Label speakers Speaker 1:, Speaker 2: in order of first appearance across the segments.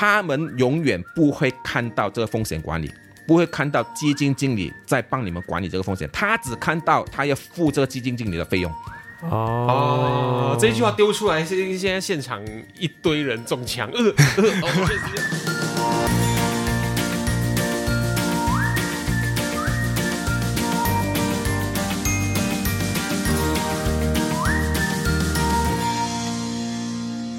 Speaker 1: 他们永远不会看到这个风险管理，不会看到基金经理在帮你们管理这个风险，他只看到他要付这个基金经理的费用。
Speaker 2: 哦，这句话丢出来，现现在现场一堆人中枪，呃呃，哦确实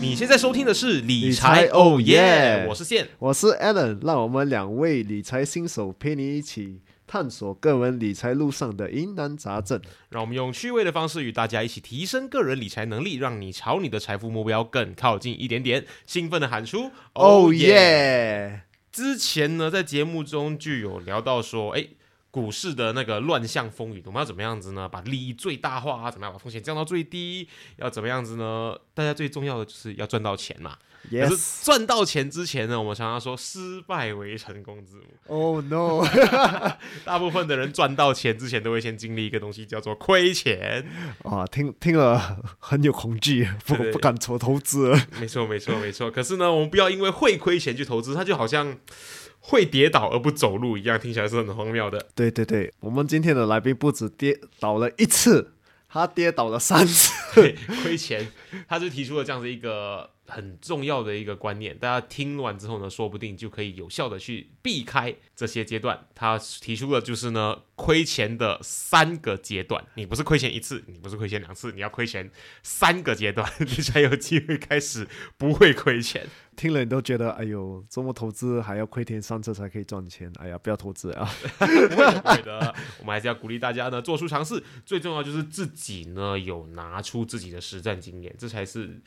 Speaker 2: 你现在收听的是理财
Speaker 3: 理财
Speaker 2: 哦
Speaker 3: 哦
Speaker 2: 耶
Speaker 3: 耶，
Speaker 2: 我是线。
Speaker 3: 我是 Alan，让我们两位理财新手陪你一起探索个人理财路上的疑难杂症。
Speaker 2: 让我们用趣味的方式与大家一起提升个人理财能力，让你朝你的财富目标更靠近一点点。兴奋的喊出
Speaker 3: 哦！耶！
Speaker 2: 之前呢，在节目中就有聊到说，哎，股市的那个乱象风雨，我们要怎么样子呢？把利益最大化啊，怎么样把风险降到最低？要怎么样子呢？大家最重要的就是要赚到钱嘛。可
Speaker 3: Yes.
Speaker 2: 是赚到钱之前呢，我们常常说失败为成功之母。
Speaker 3: Oh no.
Speaker 2: 大部分的人赚到钱之前，都会先经历一个东西叫做亏钱。
Speaker 3: 哇，听听了很有恐惧，不
Speaker 2: 对对
Speaker 3: 不敢做投资了。
Speaker 2: 没错，没错，没错。可是呢，我们不要因为会亏钱去投资，它就好像会跌倒而不走路一样，听起来是很荒谬的。
Speaker 3: 对对对，我们今天的来宾不止跌倒了一次，他跌倒了三次。
Speaker 2: 对，亏钱，他就提出了这样子一个很重要的一个观念，大家听完之后呢，说不定就可以有效的去避开这些阶段。他提出的就是呢，亏钱的三个阶段，你不是亏钱一次，你不是亏钱两次，你要亏钱三个阶段，你 才有机会开始不会亏钱。
Speaker 3: 听了你都觉得，哎呦，周末投资还要亏钱三次才可以赚钱，哎呀，不要投资啊！
Speaker 2: 不会的，不会的。我们还是要鼓励大家呢，做出尝试。最重要就是自己呢有拿出自己的实战经验，这才是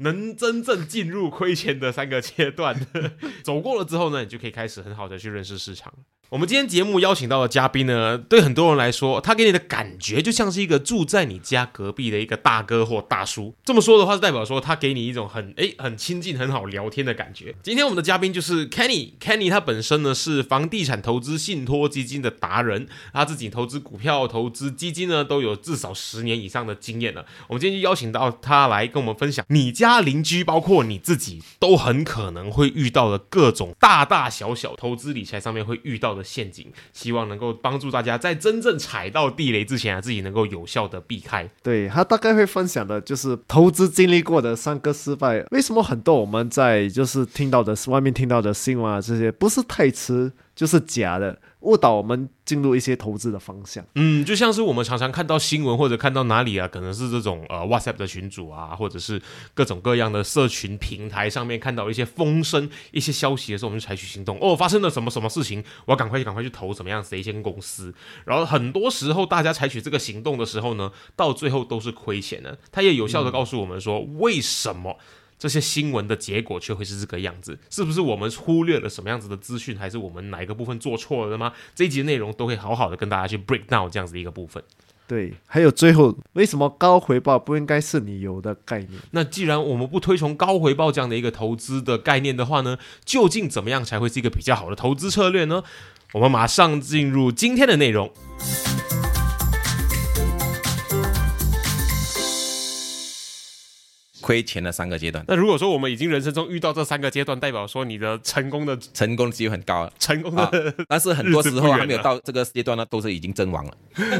Speaker 2: 能真正进入亏钱的三个阶段。 走过了之后呢，你就可以开始很好的去认识市场。我们今天节目邀请到的嘉宾呢，对很多人来说，他给你的感觉就像是一个住在你家隔壁的一个大哥或大叔。这么说的话，是代表说他给你一种很诶很亲近、很好聊天的感觉。今天我们的嘉宾就是 Kenny，Kenny 他本身呢是房地产投资信托基金的达人，他自己投资股票、投资基金呢都有至少十年以上的经验了。我们今天就邀请到他来跟我们分享你家邻居，包括你自己，都很可能会遇到的各种大大小小投资理财上面会遇到的陷阱，希望能够帮助大家在真正踩到地雷之前啊，自己能够有效的避开。
Speaker 3: 对他大概会分享的就是投资经历过的三个失败。为什么很多我们在就是听到的外面听到的新闻啊，这些不是太迟就是假的，误导我们进入一些投资的方向。
Speaker 2: 嗯，就像是我们常常看到新闻或者看到哪里啊，可能是这种呃 WhatsApp 的群组啊，或者是各种各样的社群平台上面看到一些风声、一些消息的时候，我们就采取行动。哦，发生了什么什么事情，我要赶快去赶快去投怎么样子的一间公司。然后很多时候大家采取这个行动的时候呢，到最后都是亏钱的。他也有效的告诉我们说，为什么这些新闻的结果却会是这个样子？是不是我们忽略了什么样子的资讯，还是我们哪一个部分做错了吗？这一集内容都会好好的跟大家去 break down 这样子的一个部分。
Speaker 3: 对，还有最后，为什么高回报不应该是你有的概念？
Speaker 2: 那既然我们不推崇高回报这样的一个投资的概念的话呢，究竟怎么样才会是一个比较好的投资策略呢？我们马上进入今天的内容。
Speaker 1: 亏钱的三个阶段，
Speaker 2: 那如果说我们已经人生中遇到这三个阶段，代表说你的成功的
Speaker 1: 成功的机会很高了。
Speaker 2: 成功
Speaker 1: 啊
Speaker 2: 的，
Speaker 1: 但是很多时候还没有
Speaker 2: 日子不远了
Speaker 1: 到这个阶段呢，都是已经阵亡了，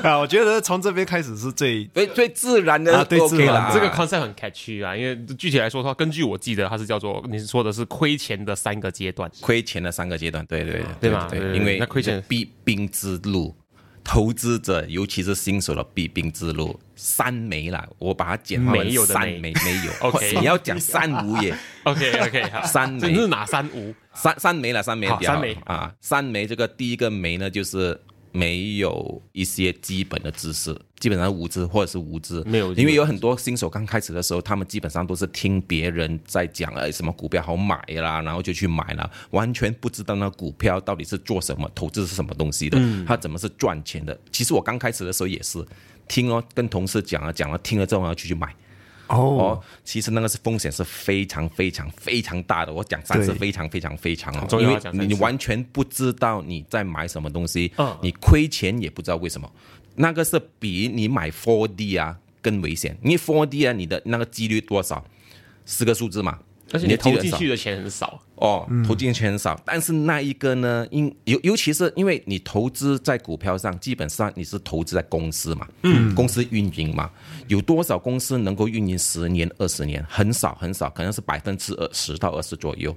Speaker 3: 啊，我觉得从这边开始是最
Speaker 1: 所以最自然的
Speaker 3: 啊对
Speaker 1: 都 OK
Speaker 3: 自
Speaker 1: 了
Speaker 3: 然
Speaker 1: 啊。
Speaker 3: 啊
Speaker 2: 这个 concept 很 catchy 啊，因为具体来说的话，根据我记得它是叫做你说的是亏钱的三个阶段，
Speaker 1: 亏钱的三个阶段，对对对
Speaker 2: 啊对吧
Speaker 1: 对
Speaker 2: 对
Speaker 1: 对，
Speaker 2: 对
Speaker 1: 因为
Speaker 2: 那亏钱
Speaker 1: 必兵之路，投资者尤其是新手的必兵之路，三没啦，我把它简化
Speaker 2: 没
Speaker 1: 为
Speaker 2: 有的
Speaker 1: 三
Speaker 2: 没
Speaker 1: 没没有
Speaker 2: OK
Speaker 1: 你要讲三无也，
Speaker 2: OK OK，好，
Speaker 1: 三枚
Speaker 2: 这是哪三无？
Speaker 1: 三三没了，三没
Speaker 2: 好
Speaker 1: 比较
Speaker 2: 三没
Speaker 1: 好啊，三没这个第一个没呢，就是没有一些基本的知识，基本上无知或者是无知，
Speaker 2: 没有
Speaker 1: 因为有很多新手刚开始的时候，他们基本上都是听别人在讲，哎，什么股票好买啦，然后就去买了，完全不知道那股票到底是做什么，投资是什么东西的，
Speaker 2: 嗯
Speaker 1: 它怎么是赚钱的。其实我刚开始的时候也是听哦，跟同事讲了讲了，听了之后要去去买。
Speaker 3: 哦
Speaker 1: 哦，其实那个是风险是非常非常非常大的。我讲三次
Speaker 3: 对
Speaker 1: 非常非常非常哦，
Speaker 2: 重要
Speaker 1: 因
Speaker 2: 啊
Speaker 1: 为
Speaker 2: 讲三次
Speaker 1: 你你完全不知道你在买什么东西，
Speaker 2: 嗯
Speaker 1: 你亏钱也不知道为什么。那个是比你买 4D 啊更危险，因为 4D 啊你的那个几率多少？四个数字嘛，
Speaker 2: 而且
Speaker 1: 你
Speaker 2: 你
Speaker 1: 的几率很少
Speaker 2: 投进去的钱很少，
Speaker 1: 哦，投进去很少，但是那一个呢，因尤尤其是因为你投资在股票上，基本上你是投资在公司嘛，嗯，公司运营嘛，有多少公司能够运营十年、二十年？很少很少，可能是百分之二十到二十左右。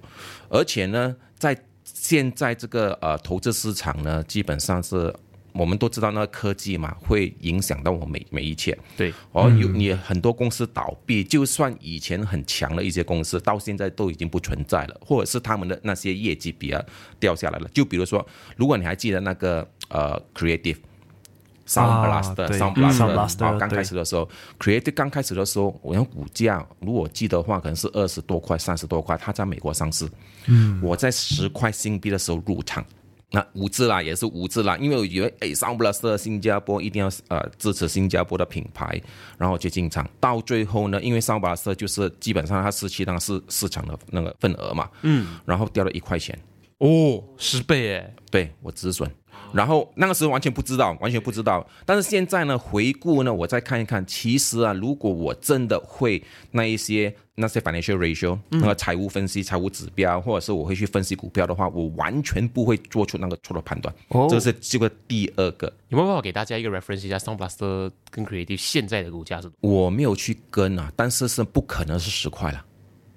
Speaker 1: 而且呢，在现在这个呃投资市场呢，基本上是我们都知道那个科技嘛，会影响到我们每每一切，
Speaker 2: 对，
Speaker 1: 哦，有
Speaker 3: 嗯
Speaker 1: 你很多公司倒闭，就算以前很强的一些公司，到现在都已经不存在了，或者是他们的那些业绩比较掉下来了。就比如说，如果你还记得那个呃，Creative。Sound
Speaker 3: 啊
Speaker 1: Blaster、
Speaker 3: 对
Speaker 1: Sound
Speaker 3: 嗯
Speaker 1: Blaster，
Speaker 3: Sound Blaster，
Speaker 1: 啊刚开
Speaker 3: 对
Speaker 1: 始的时候，Creative 刚开始的时候，我用股价，如果我记得的话，可能是二十多块、三十多块，它在美国上市。嗯，我在十块新币的时候入场，那无知啦，也是无知啦，因为我以为诶 s o u n d b l a s t 新加坡一定要呃支持新加坡的品牌，然后就进场。到最后呢，因为 s o u n d b l a s t 就是基本上它失去那个市市场的那个份额嘛，嗯，然后掉了一块钱，
Speaker 2: 哦，十倍哎，
Speaker 1: 对我止损。然后那个时候完全不知道，完全不知道。但是现在呢，回顾呢，我再看一看，其实啊，如果我真的会那一些那些 financial ratio，、那个财务分析、财务指标，或者是我会去分析股票的话，我完全不会做出那个错的判断。
Speaker 3: 哦
Speaker 1: 这是这个第二个，
Speaker 2: 有没有办法给大家一个 reference 一下 Sound Blaster 跟 Creative 现在的股价是多？
Speaker 1: 我没有去跟啊，但是是不可能是十块了。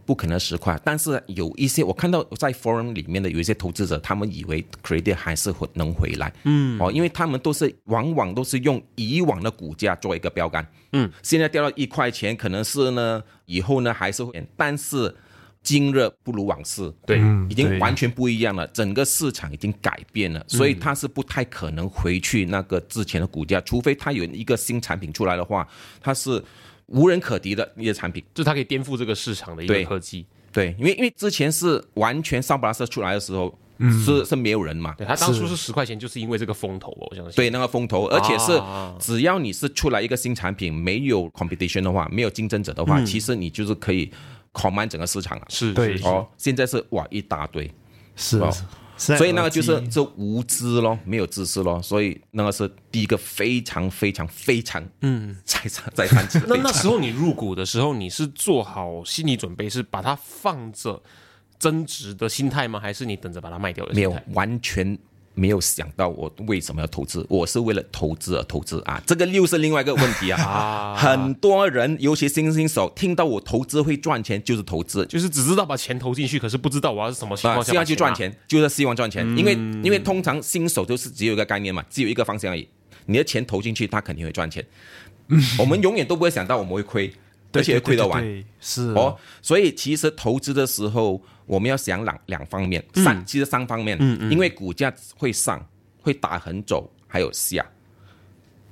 Speaker 1: 不可能十块，但是有一些我看到在 forum 里面的有一些投资者，他们以为 credit 还是会能回来，嗯，哦，因为他们都是往往都是用以往的股价做一个标杆，嗯，现在掉到一块钱，可能是呢以后呢还是会，但是今日不如往事，
Speaker 2: 对，
Speaker 3: 嗯
Speaker 1: 已经
Speaker 3: 对
Speaker 1: 完全不一样了，整个市场已经改变了，所以它是不太可能回去那个之前的股价，除非它有一个新产品出来的话，它是无人可敌的一个产品。
Speaker 2: 就是它可以颠覆这个市场的一个
Speaker 1: 对
Speaker 2: 科技。
Speaker 1: 对，因为因为之前是完全上巴拉斯出来的时候，是是没有人嘛，
Speaker 2: 对，它当初是十块钱，就是因为这个风头哦，我相信。
Speaker 1: 对那个风投，而且是
Speaker 2: 啊
Speaker 1: 只要你是出来一个新产品，没有 competition 的话，没有竞争者的话，其实你就是可以 command 整个市场了。
Speaker 2: 是，是，
Speaker 3: 对
Speaker 2: 是
Speaker 1: 哦，现在是哇一大堆，
Speaker 3: 是
Speaker 1: 哦，
Speaker 3: 是呃
Speaker 1: 所以那个就是这无知咯，没有知识咯，所以那个是第一个非常非常非常嗯， 再三再三次
Speaker 2: 那
Speaker 1: 非常
Speaker 2: 那时候你入股的时候，你是做好心理准备，是把它放着增值的心态吗？还是你等着把它卖掉的
Speaker 1: 没
Speaker 2: 心
Speaker 1: 有
Speaker 2: 态？
Speaker 1: 完全没有想到我为什么要投资，我是为了投资而投资啊，这个又是另外一个问题啊。很多人，尤其新新手，听到我投资会赚钱就是投资，
Speaker 2: 就是只知道把钱投进去，可是不知道我要是什么情
Speaker 1: 啊，
Speaker 2: 况下
Speaker 1: 希
Speaker 2: 把
Speaker 1: 望去赚钱，嗯就是希望赚钱，因为因为通常新手就是只有一个概念嘛，只有一个方向而已。你的钱投进去，他肯定会赚 钱。我们永远都不会想到我们会亏，而且会亏得完。
Speaker 3: 是
Speaker 1: 哦，所以其实投资的时候，我们要想两两方面，三、其实三方面，因为股价会上，会打横走，还有下，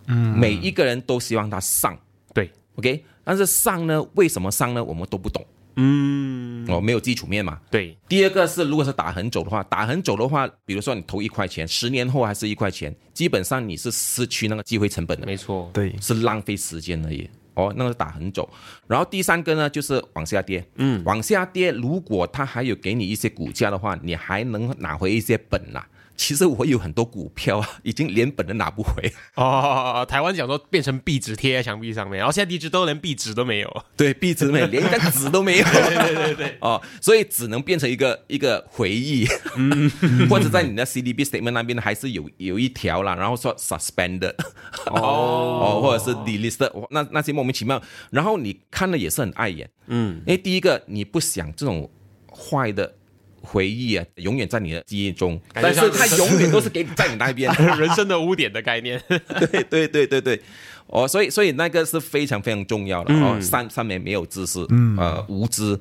Speaker 1: 嗯，每一个人都希望它上
Speaker 2: 拿对，
Speaker 1: ，OK，但是上呢，为什么上呢？我们都不懂，嗯，哦，没有基础面嘛。
Speaker 2: 对，
Speaker 1: 第二个是，如果是打横走的话，打横走的话，比如说你投一块钱，十年后还是一块钱，基本上你是失去那个机会成本的。
Speaker 2: 没错，
Speaker 3: 对
Speaker 1: 是浪费时间而已。哦，那个打很久。然后第三个呢，就是往下跌。嗯，往下跌，如果它还有给你一些股价的话，你还能拿回一些本啦、啊其实我有很多股票啊，已经连本都拿不回。
Speaker 2: 哦，台湾讲说变成壁纸贴在墙壁上面，然后现在地址都连壁纸都没有。
Speaker 1: 对，壁纸没，连一张纸都没有。对 对对对。哦，所以只能变成一个一个回忆，嗯 或者在你的 CDB statement 那边还是有有一条啦，然后说 suspended，哦 或者是 delisted，哇那那些莫名其妙。然后你看了也是很碍眼，嗯，因为第一个你不想这种坏的。回忆啊，永远在你的记忆中，
Speaker 2: 感觉
Speaker 1: 但
Speaker 2: 像
Speaker 1: 是它永远都是给你在你那边。
Speaker 2: 人生的污点的概念，
Speaker 1: 对对对对对，哦，所以所以那个是非常非常重要的、哦，上上面没有知识，呃，无知。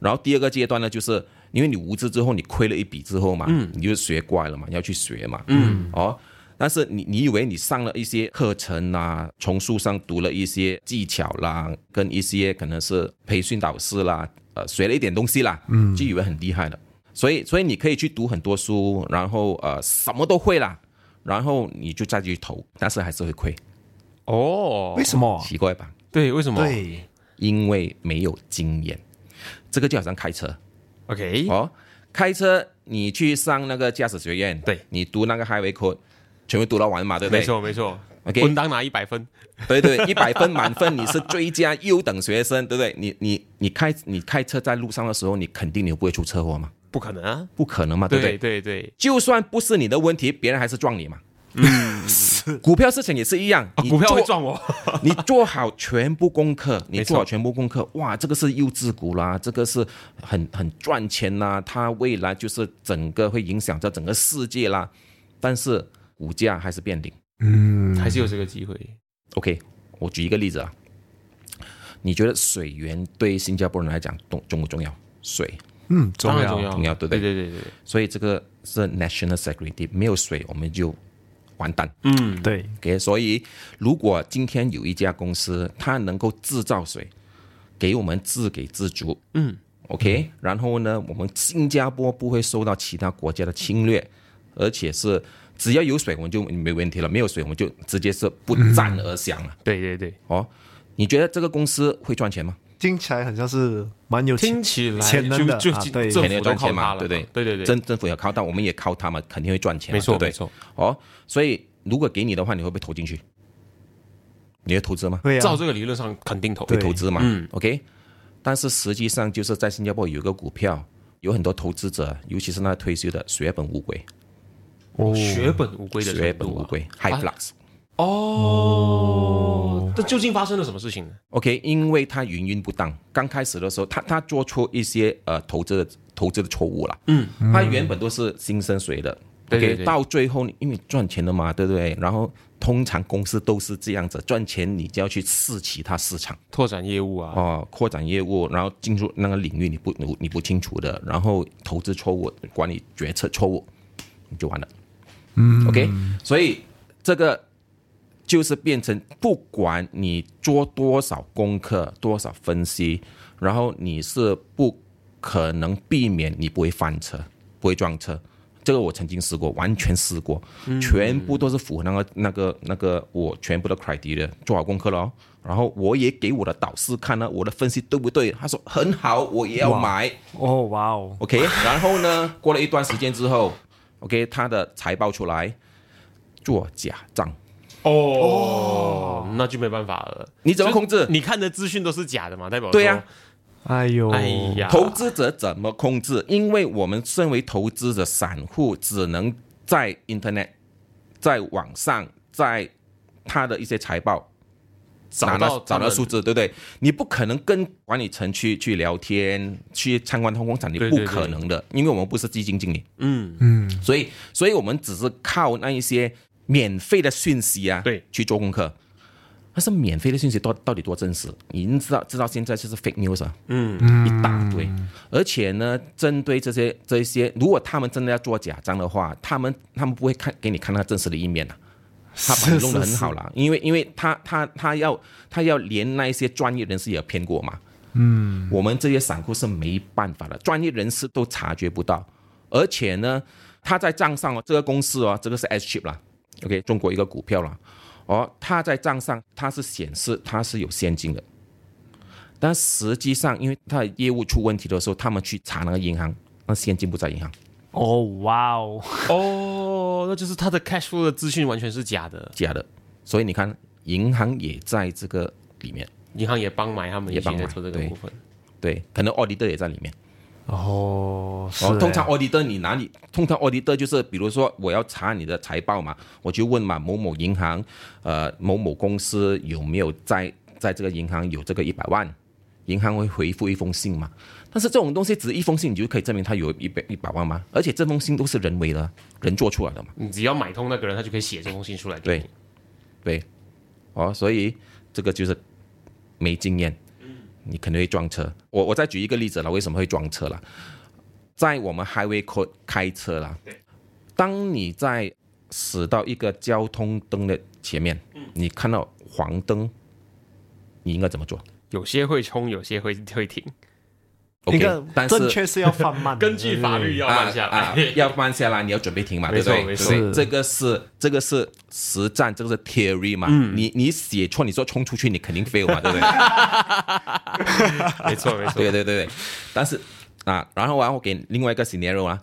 Speaker 1: 然后第二个阶段呢，就是因为你无知之后，你亏了一笔之后嘛，你就学乖了嘛，要去学嘛，嗯，哦。但是你你以为你上了一些课程啦、从书上读了一些技巧啦，跟一些可能是培训导师啦，呃，学了一点东西啦，嗯，就以为很厉害了。所以所以你可以去读很多书，然后呃什么都会啦，然后你就再去投，但是还是会亏，
Speaker 2: 哦
Speaker 3: 为什么？
Speaker 1: 奇怪吧？
Speaker 2: 对，为什么？
Speaker 3: 对，
Speaker 1: 因为没有经验，这个就好像开车
Speaker 2: ，OK，
Speaker 1: 哦，开车你去上那个驾驶学院，
Speaker 2: 对
Speaker 1: 你读那个 highway code，全部读到完嘛，对不对？
Speaker 2: 没，错没错
Speaker 1: OK
Speaker 2: 文当拿一百分，
Speaker 1: 对对，一百分满分你是最佳优等学生，对不对？你你你开你开车在路上的时候，你肯定你不会出车祸嘛？
Speaker 2: 不可能啊！
Speaker 1: 不可能嘛，对不
Speaker 2: 对对对，
Speaker 1: 就算不是你的问题，别人还是撞你嘛。嗯， 股票事情也是一样，
Speaker 2: 啊
Speaker 1: 你
Speaker 2: 股票
Speaker 1: 做
Speaker 2: 会撞我，
Speaker 1: 你做好全部功课，你
Speaker 2: 没错
Speaker 1: 做好全部功课，哇，这个是优质股啦，这个是很很赚钱啦，它未来就是整个会影响着整个世界啦。但是股价还是变零。
Speaker 2: 还是有这个机会。
Speaker 1: OK，我举一个例子啊，你觉得水源对新加坡人来讲重重不重要？水，
Speaker 3: 嗯，
Speaker 2: 当
Speaker 3: 重
Speaker 2: 然
Speaker 3: 要。
Speaker 2: 要，
Speaker 1: 重要对不
Speaker 2: 对
Speaker 1: 对
Speaker 2: 对对对，
Speaker 1: 所以这个是 national security，没有水我们就完蛋。
Speaker 2: 嗯，
Speaker 3: 对，
Speaker 1: OK，所以如果今天有一家公司，它能够制造水，给我们自给自足，嗯，OK，然后呢，我们新加坡不会受到其他国家的侵略，而且是只要有水我们就没问题了，没有水我们就直接是不战而降了。
Speaker 2: 对对对，
Speaker 1: 哦，你觉得这个公司会赚钱吗？
Speaker 3: 听起来好像是蛮有
Speaker 2: 听起来
Speaker 3: 潜能的
Speaker 2: 就
Speaker 3: 啊
Speaker 2: 就
Speaker 3: 对
Speaker 2: 政
Speaker 1: 肯定
Speaker 2: 府
Speaker 1: 要
Speaker 2: 都
Speaker 1: 赚
Speaker 2: 靠
Speaker 1: 钱
Speaker 2: 它
Speaker 1: 嘛，
Speaker 2: 了，
Speaker 1: 对不对？
Speaker 2: 对对对，
Speaker 1: 政政府也靠，但我们也靠他们，肯定会赚钱嘛，
Speaker 2: 没错
Speaker 1: 对
Speaker 2: 没
Speaker 1: 不对？
Speaker 2: 错，
Speaker 1: 哦，所以如果给你的话，你会不会投进去？你会投资吗？
Speaker 3: 会
Speaker 2: 照
Speaker 3: 啊，
Speaker 2: 这个理论上肯定投，
Speaker 1: 会
Speaker 3: 对
Speaker 1: 投资嘛。OK，但是实际上就是在新加坡有一个股票，有很多投资者，尤其是那退休的，血本无归，
Speaker 2: 血哦本无归的
Speaker 1: 血
Speaker 2: 程
Speaker 1: 本
Speaker 2: 度
Speaker 1: 无
Speaker 2: 啊。
Speaker 1: 归，high flux。
Speaker 2: 哦，这究竟发生了什么事情呢？
Speaker 1: OK，因为他营运不当，刚开始的时候，他他做出一些呃投资的投资的错误了。嗯，他原本都是新生水的。
Speaker 2: 嗯对对
Speaker 1: OK，
Speaker 2: 对
Speaker 1: 到最后因为赚钱了嘛，对不对？然后通常公司都是这样子，赚钱你就要去试其他市场。
Speaker 2: 拓展业务啊，
Speaker 1: 哦，扩展业务，然后进入那个领域你不你你不清楚的，然后投资错误、管理决策错误，你就完了。嗯，OK，所以这个就是变成，不管你做多少功课、多少分析，然后你是不可能避免你不会翻车、不会撞车。这个我曾经试过，完全试过，全部都是符合那个、那个、那个我全部的 criteria，做好功课了哦。然后我也给我的导师看了我的分析对不对，他说很好，我也要买。
Speaker 3: 哦，哇哦，
Speaker 1: OK，然后呢，过了一段时间之后，OK，他的财报出来，做假账，
Speaker 2: 哦，那就没办法了。
Speaker 1: 你怎么控制？
Speaker 2: 你看的资讯都是假的嘛？代表说
Speaker 1: 对呀、
Speaker 3: 哎呦，
Speaker 2: 哎呀，
Speaker 1: 投资者怎么控制？因为我们身为投资者，散户只能在 Internet、在网上、在他的一些财报
Speaker 2: 找
Speaker 1: 拿
Speaker 2: 到
Speaker 1: 到找到数
Speaker 2: 数，
Speaker 1: 字，对不对？你不可能跟管理层去去聊天、去参观通工厂，你
Speaker 2: 对
Speaker 1: 不
Speaker 2: 对对
Speaker 1: 可能的，因为我们不是基金经理，
Speaker 2: 嗯，
Speaker 1: 所以所以我们只是靠那一些免费的讯息啊，
Speaker 2: 对
Speaker 1: 去做功课。但是免费的讯息到到底多真实？你已经知道知道现在就是 fake news 啊，嗯，一大堆。而且呢，针对这些这一些，如果他们真的要做假账的话，他们他们不会看给你看他真实的一面啊。他把你弄得很好啦，因为因为他他他要他要连那一些专业人士也骗过嘛，嗯，我们这些散户是没办法的，专业人士都察觉不到，而且呢，他在账上哦，这个公司哦，这个是 H chip 啦，OK，中国一个股票啦，哦，他在账上它是显示它是有现金的，但实际上因为他的业务出问题的时候，他们去查那个银行，那现金不在银行。
Speaker 3: 哦，哇哦，
Speaker 2: 哦，哦，那就是他的 cash flow 的资讯完全是假的，
Speaker 1: 假的。所以你看，银行也在这个里面，
Speaker 2: 银行也帮买他们一
Speaker 1: 也
Speaker 2: 起
Speaker 1: 帮
Speaker 2: 在
Speaker 1: 买
Speaker 2: 做这个
Speaker 1: 对
Speaker 2: 部分。
Speaker 1: 对，可能 auditor 也在里面。
Speaker 3: 어, 哦，是
Speaker 1: 哦，通
Speaker 3: 欸
Speaker 1: 常 auditor 你哪里？通常 auditor 就是比如说我要查你的财报嘛，我就问嘛某某银行，呃某某公司有没有在在这个银行有这个一百万，银行会回复一封信嘛。但是这种东西只一封信，你就可以证明他有一百一百万吗？而且这封信都是人为的，人做出来的嘛。
Speaker 2: 你只要买通那个人，他就可以写这封信出来给你
Speaker 1: 对。对，哦，所以这个就是没经验，你可能会撞车。我我再举一个例子了，为什么会撞车了？在我们 highway code 开车啦，当你在驶到一个交通灯的前面，
Speaker 2: 嗯
Speaker 1: 你看到黄灯，你应该怎么做
Speaker 2: 有些会冲，有些会会停，
Speaker 3: 应
Speaker 1: ？OK，
Speaker 3: 该
Speaker 1: 但是
Speaker 3: 正确是要放慢的，
Speaker 2: 根据法律要慢下
Speaker 1: 啊啊
Speaker 2: 来。
Speaker 1: 要慢下来，你要准备停嘛，
Speaker 2: 没
Speaker 1: 对
Speaker 2: 错
Speaker 1: 不
Speaker 2: 没
Speaker 1: 对？
Speaker 2: 错
Speaker 1: 所以这个是这个是实战，这个是 theory 嘛。
Speaker 3: 嗯
Speaker 1: 你你写错，你说冲出去，你肯定 fail 嘛，对不对？啊
Speaker 2: 没错，没错。
Speaker 1: 对对对对，但是啊，然后啊，我给另外一个 scenario 啊，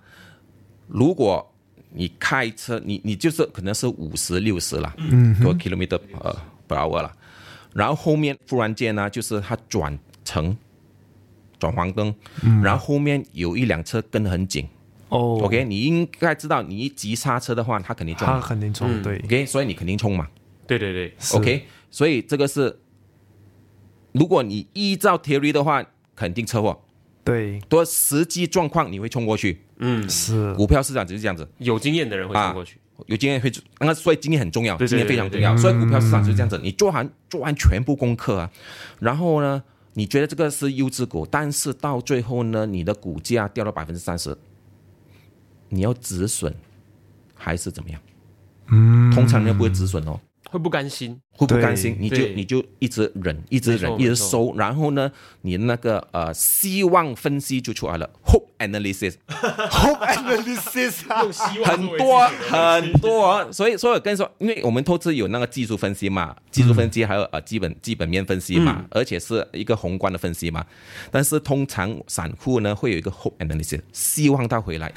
Speaker 1: 如果你开车，你你就是可能是五十六十啦，嗯，多 kilometer 呃 per hour 啦，然后后面突然间呢、就是它转成转黄灯，然后后面有一辆车跟得很紧、
Speaker 3: 哦
Speaker 1: o k 你应该知道，你一急刹车的话，它肯定
Speaker 3: 他
Speaker 1: 撞你
Speaker 3: 肯定冲对
Speaker 1: ，OK，所以你肯定冲嘛，
Speaker 2: 对对对，
Speaker 3: 是
Speaker 1: OK，所以这个是，如果你依照 theory 的话，肯定车祸。
Speaker 3: 对
Speaker 1: 多实际状况你会冲过去。
Speaker 3: 是
Speaker 1: 股票市场就是这样子，
Speaker 2: 有经验的人会冲过去。
Speaker 1: 有经验会，那所以经验很重要，
Speaker 2: 对对嗯
Speaker 1: 经验非常重要。所以股票市场就是这样子，你做完做完全部功课啊，然后呢，你觉得这个是优质股，但是到最后呢，你的股价掉到百分之三十，你要止损还是怎么样？嗯，通常人不会止损哦。
Speaker 2: 会不甘心，
Speaker 1: 会不
Speaker 3: 对
Speaker 1: 甘心，你就
Speaker 2: 对
Speaker 1: 你就一直忍，一直
Speaker 2: 没错
Speaker 1: 忍，一
Speaker 2: 没
Speaker 1: 直
Speaker 2: 错
Speaker 1: 收，然后呢，你那个呃希望分析就出来了，hope analysis，
Speaker 3: hope analysis 啊
Speaker 2: 用希
Speaker 1: 很多很多哦，所以所以我跟你说，因为我们投资有那个技术分析嘛，技术分析还有呃基本基本面分析嘛，而且是一个宏观的分析嘛。但是通常散户呢会有一个 hope analysis，希望它回来，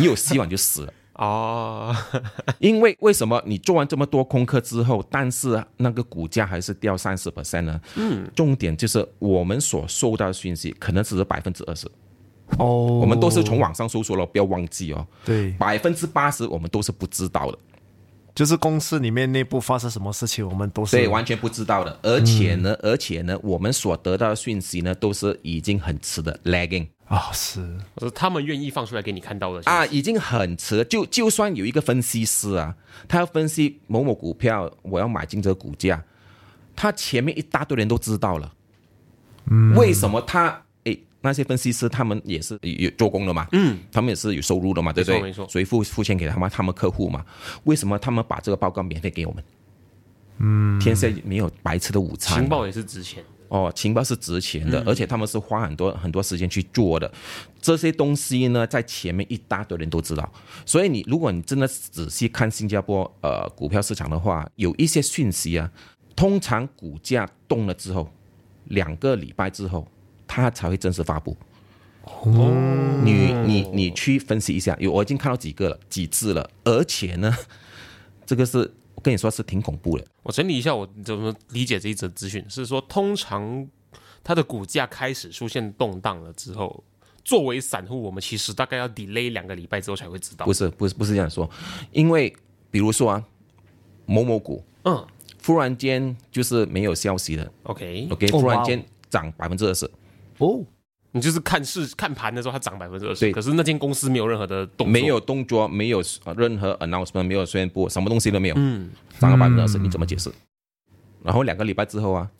Speaker 1: 你有希望你就死了。
Speaker 2: 哦，
Speaker 1: 因为为什么你做完这么多功课之后，但是那个股价还是掉三十 percent 呢？嗯，重点就是我们所收到的讯息可能只是百分之二十，
Speaker 3: 哦，
Speaker 1: 我
Speaker 3: 我
Speaker 1: 们都是从网上搜索了，不要忘记哦，
Speaker 3: 对，
Speaker 1: 百分之八十我们都是不知道的。
Speaker 3: 就是公司里面内部发生什么事情，我们都是
Speaker 1: 对，完全不知道的。而且呢，而且呢，我们所得到的讯息呢，都是已经很迟的 lagging
Speaker 3: 啊是
Speaker 2: 我说他们愿意放出来给你看到的
Speaker 1: 啊，，已经很迟了。就就算有一个分析师啊，他要分析某某股票，我要买进这个股价，他前面一大堆人都知道了，嗯，为什么他？诶，那些分析师他们也是有有做工的嘛，嗯，他们也是有收入的嘛，对不对？
Speaker 2: 没错没错
Speaker 1: 所以付付钱给他们他们客户嘛，为什么他们把这个报告免费给我们？嗯，天下没有白吃的午餐
Speaker 2: 情，报也是值钱的。
Speaker 1: 哦，情报是值钱的，而且他们是花很多很多时间去做的。这些东西呢，在前面一大堆人都知道，所以你如果你真的仔细看新加坡呃股票市场的话，有一些讯息啊，通常股价动了之后，两个礼拜之后，它才会正式发布。哦，你你你去分析一下，有我已经看到几个了，几次了，而且呢，这个是我跟你说是挺恐怖的。
Speaker 2: 我整理一下，我怎么理解这一则资讯，是说通常它的股价开始出现动荡了之后，作为散户，我们其实大概要 delay 两个礼拜之后才会知道
Speaker 1: 啊不。是，不是，不是这样说，因为比如说啊，某某股
Speaker 2: 嗯
Speaker 1: 突然间就是没有消息了
Speaker 2: ，OK，
Speaker 1: ，OK，
Speaker 3: 哦
Speaker 1: 突
Speaker 3: 哇
Speaker 1: 然
Speaker 3: 哦
Speaker 1: 间涨百分之二十，
Speaker 3: 哦
Speaker 2: 你就是看市看盘的时候，它涨百分之二十，
Speaker 1: 对
Speaker 2: 可是那间公司没有任何的动作，
Speaker 1: 没有动作，没有呃任何 announcement，没有宣布，什么东西都没有，嗯，涨了百分之二十，你怎么解释？然后两个礼拜之后啊，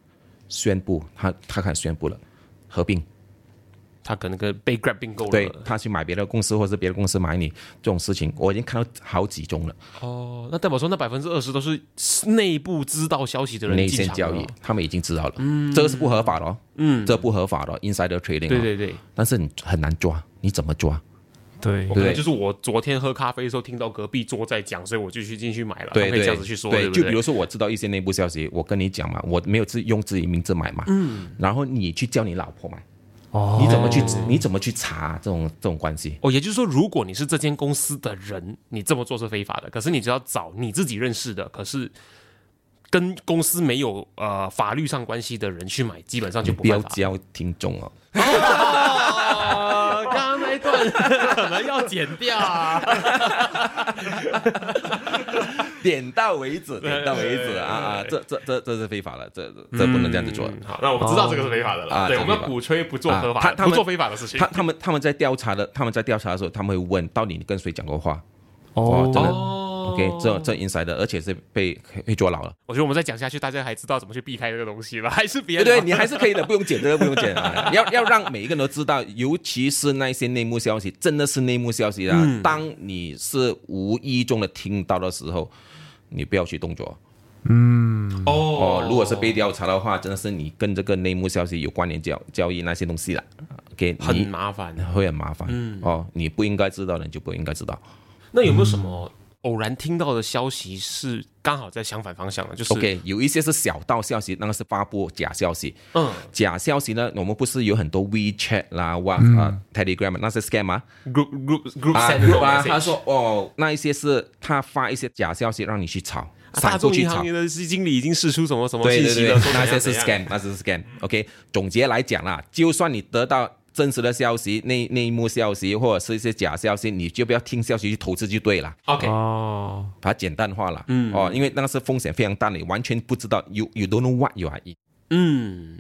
Speaker 1: 宣布他他开始宣布了合并，
Speaker 2: 它可能跟被 grab 并购
Speaker 1: 对
Speaker 2: 了。
Speaker 1: 他去买别的公司或者是别的公司买你这种事情，我已经看到好几宗了。
Speaker 2: 哦，那代表说那百分之二十都是内部知道消息的人
Speaker 1: 内
Speaker 2: 进
Speaker 1: 线
Speaker 2: 场的
Speaker 1: 交易
Speaker 2: 哦，
Speaker 1: 他们已经知道了，嗯，这个是不合法的哦，嗯，这不合法的哦 insider trading，哦
Speaker 2: 对对对，
Speaker 1: 但是你很难抓，你怎么抓？
Speaker 3: 对
Speaker 2: 我可能
Speaker 1: 对
Speaker 2: 就是我昨天喝咖啡的时候听到隔壁桌在讲，所以我就去进去买了。他
Speaker 1: 对
Speaker 2: 可以
Speaker 1: 对，
Speaker 2: 这样子去说，
Speaker 1: 对，
Speaker 2: 对不
Speaker 1: 就
Speaker 2: 对？
Speaker 1: 比如说我知道一些内部消息，我跟你讲嘛，我没有自用自己名字买嘛，嗯，然后你去叫你老婆买，
Speaker 3: 哦
Speaker 1: 你怎么去你怎么去查这种这种关系？
Speaker 4: 哦，也就是说，如果你是这间公司的人，你这么做是非法的。可是你只要找你自己认识的，可是跟公司没有呃法律上关系的人去买，基本上就不
Speaker 1: 不要
Speaker 4: 犯法。
Speaker 1: 教听众哦，
Speaker 2: 啊，刚刚那一段 可能要剪掉啊。
Speaker 1: 点到为止，点到为止啊啊！这这这这是非法了，这这这不能这样子
Speaker 4: 嗯
Speaker 1: 做。
Speaker 2: 好，那我们知道这个是非法的了。
Speaker 1: 啊
Speaker 2: 对，
Speaker 1: 这
Speaker 2: 我
Speaker 1: 个非
Speaker 2: 们要
Speaker 1: 法
Speaker 2: 鼓吹不做
Speaker 1: 啊
Speaker 2: 合法
Speaker 1: 他
Speaker 2: 的、
Speaker 1: 他
Speaker 2: 不
Speaker 1: 们
Speaker 2: 做非法的事情
Speaker 1: 他。他们他们在调查的，他们在调查的时候，他们会问到底你跟谁讲过话？哦，真的，OK，这这 inside 的，而且是被被坐牢了。
Speaker 4: 我觉得我们再讲下去，大家还知道怎么去避开这个东西了，还是别
Speaker 1: 对对，
Speaker 4: 聊
Speaker 1: 你还是可以的，不用剪，这个不用剪 啊！要要让每一个人都知道，尤其是那些内幕消息，真的是内幕消息啊！
Speaker 4: 嗯
Speaker 1: 当你是无意中的听到的时候，你不要去动作。哦，如果是被调查的话，真的是你跟这个内幕消息有关联交交易那些东西了，OK，
Speaker 4: 很
Speaker 1: 你
Speaker 4: 麻嗯烦。
Speaker 1: 会很麻烦。哦，你不应该知道的，你就不应该知道。
Speaker 4: 那有没有什么偶然听到的消息是刚好在相反方向的？就是
Speaker 1: OK，有一些是小道消息，那个是发布假消息。
Speaker 4: 嗯，
Speaker 1: 假消息呢，我们不是有很多 WeChat 啦、哇、啊、Telegram 那些 scam 啊，
Speaker 4: group group group
Speaker 1: 啊
Speaker 4: send 这种
Speaker 1: 啊，
Speaker 4: message
Speaker 1: 他说哦，那一些是他发一些假消息让你去炒，
Speaker 4: 啊大
Speaker 1: 散户
Speaker 4: 众
Speaker 1: 去
Speaker 4: 银
Speaker 1: 炒
Speaker 4: 行。的经理已经释出什么什么
Speaker 1: 对
Speaker 4: 信
Speaker 1: 对
Speaker 4: 息
Speaker 1: 对
Speaker 4: 了，说，
Speaker 1: 那
Speaker 4: 怎
Speaker 1: 些
Speaker 4: 样
Speaker 1: 是
Speaker 4: 怎样
Speaker 1: scam，那些是 scam。OK，总结来讲啦，就算你得到真实的消息、内内幕消息或者是一些假消息，你就不要听消息去投资就对了。
Speaker 2: OK，
Speaker 3: 哦，
Speaker 1: 把它简单化了，嗯，哦，因为那个是风险非常大的，你完全不知道，you you don't know what you are in，
Speaker 4: 嗯，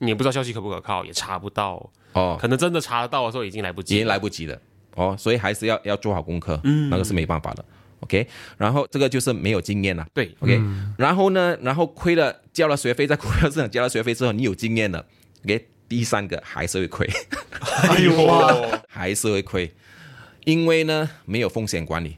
Speaker 4: 你也不知道消息可不可靠，也查不到，
Speaker 1: 哦，
Speaker 4: 可能真的查得到的时候已经来不
Speaker 1: 已
Speaker 4: 及，
Speaker 1: 经来不及了，哦，所以还是要要做好功课，嗯，那个是没办法的，OK，然后这个就是没有经验了。
Speaker 4: 对，
Speaker 1: OK，、然后呢，然后亏了交了学费，在股票市场交了学费之后，你有经验了，OK，第三个还是会亏，
Speaker 2: 哎呦，
Speaker 1: 还是会亏，因为呢没有风险管理。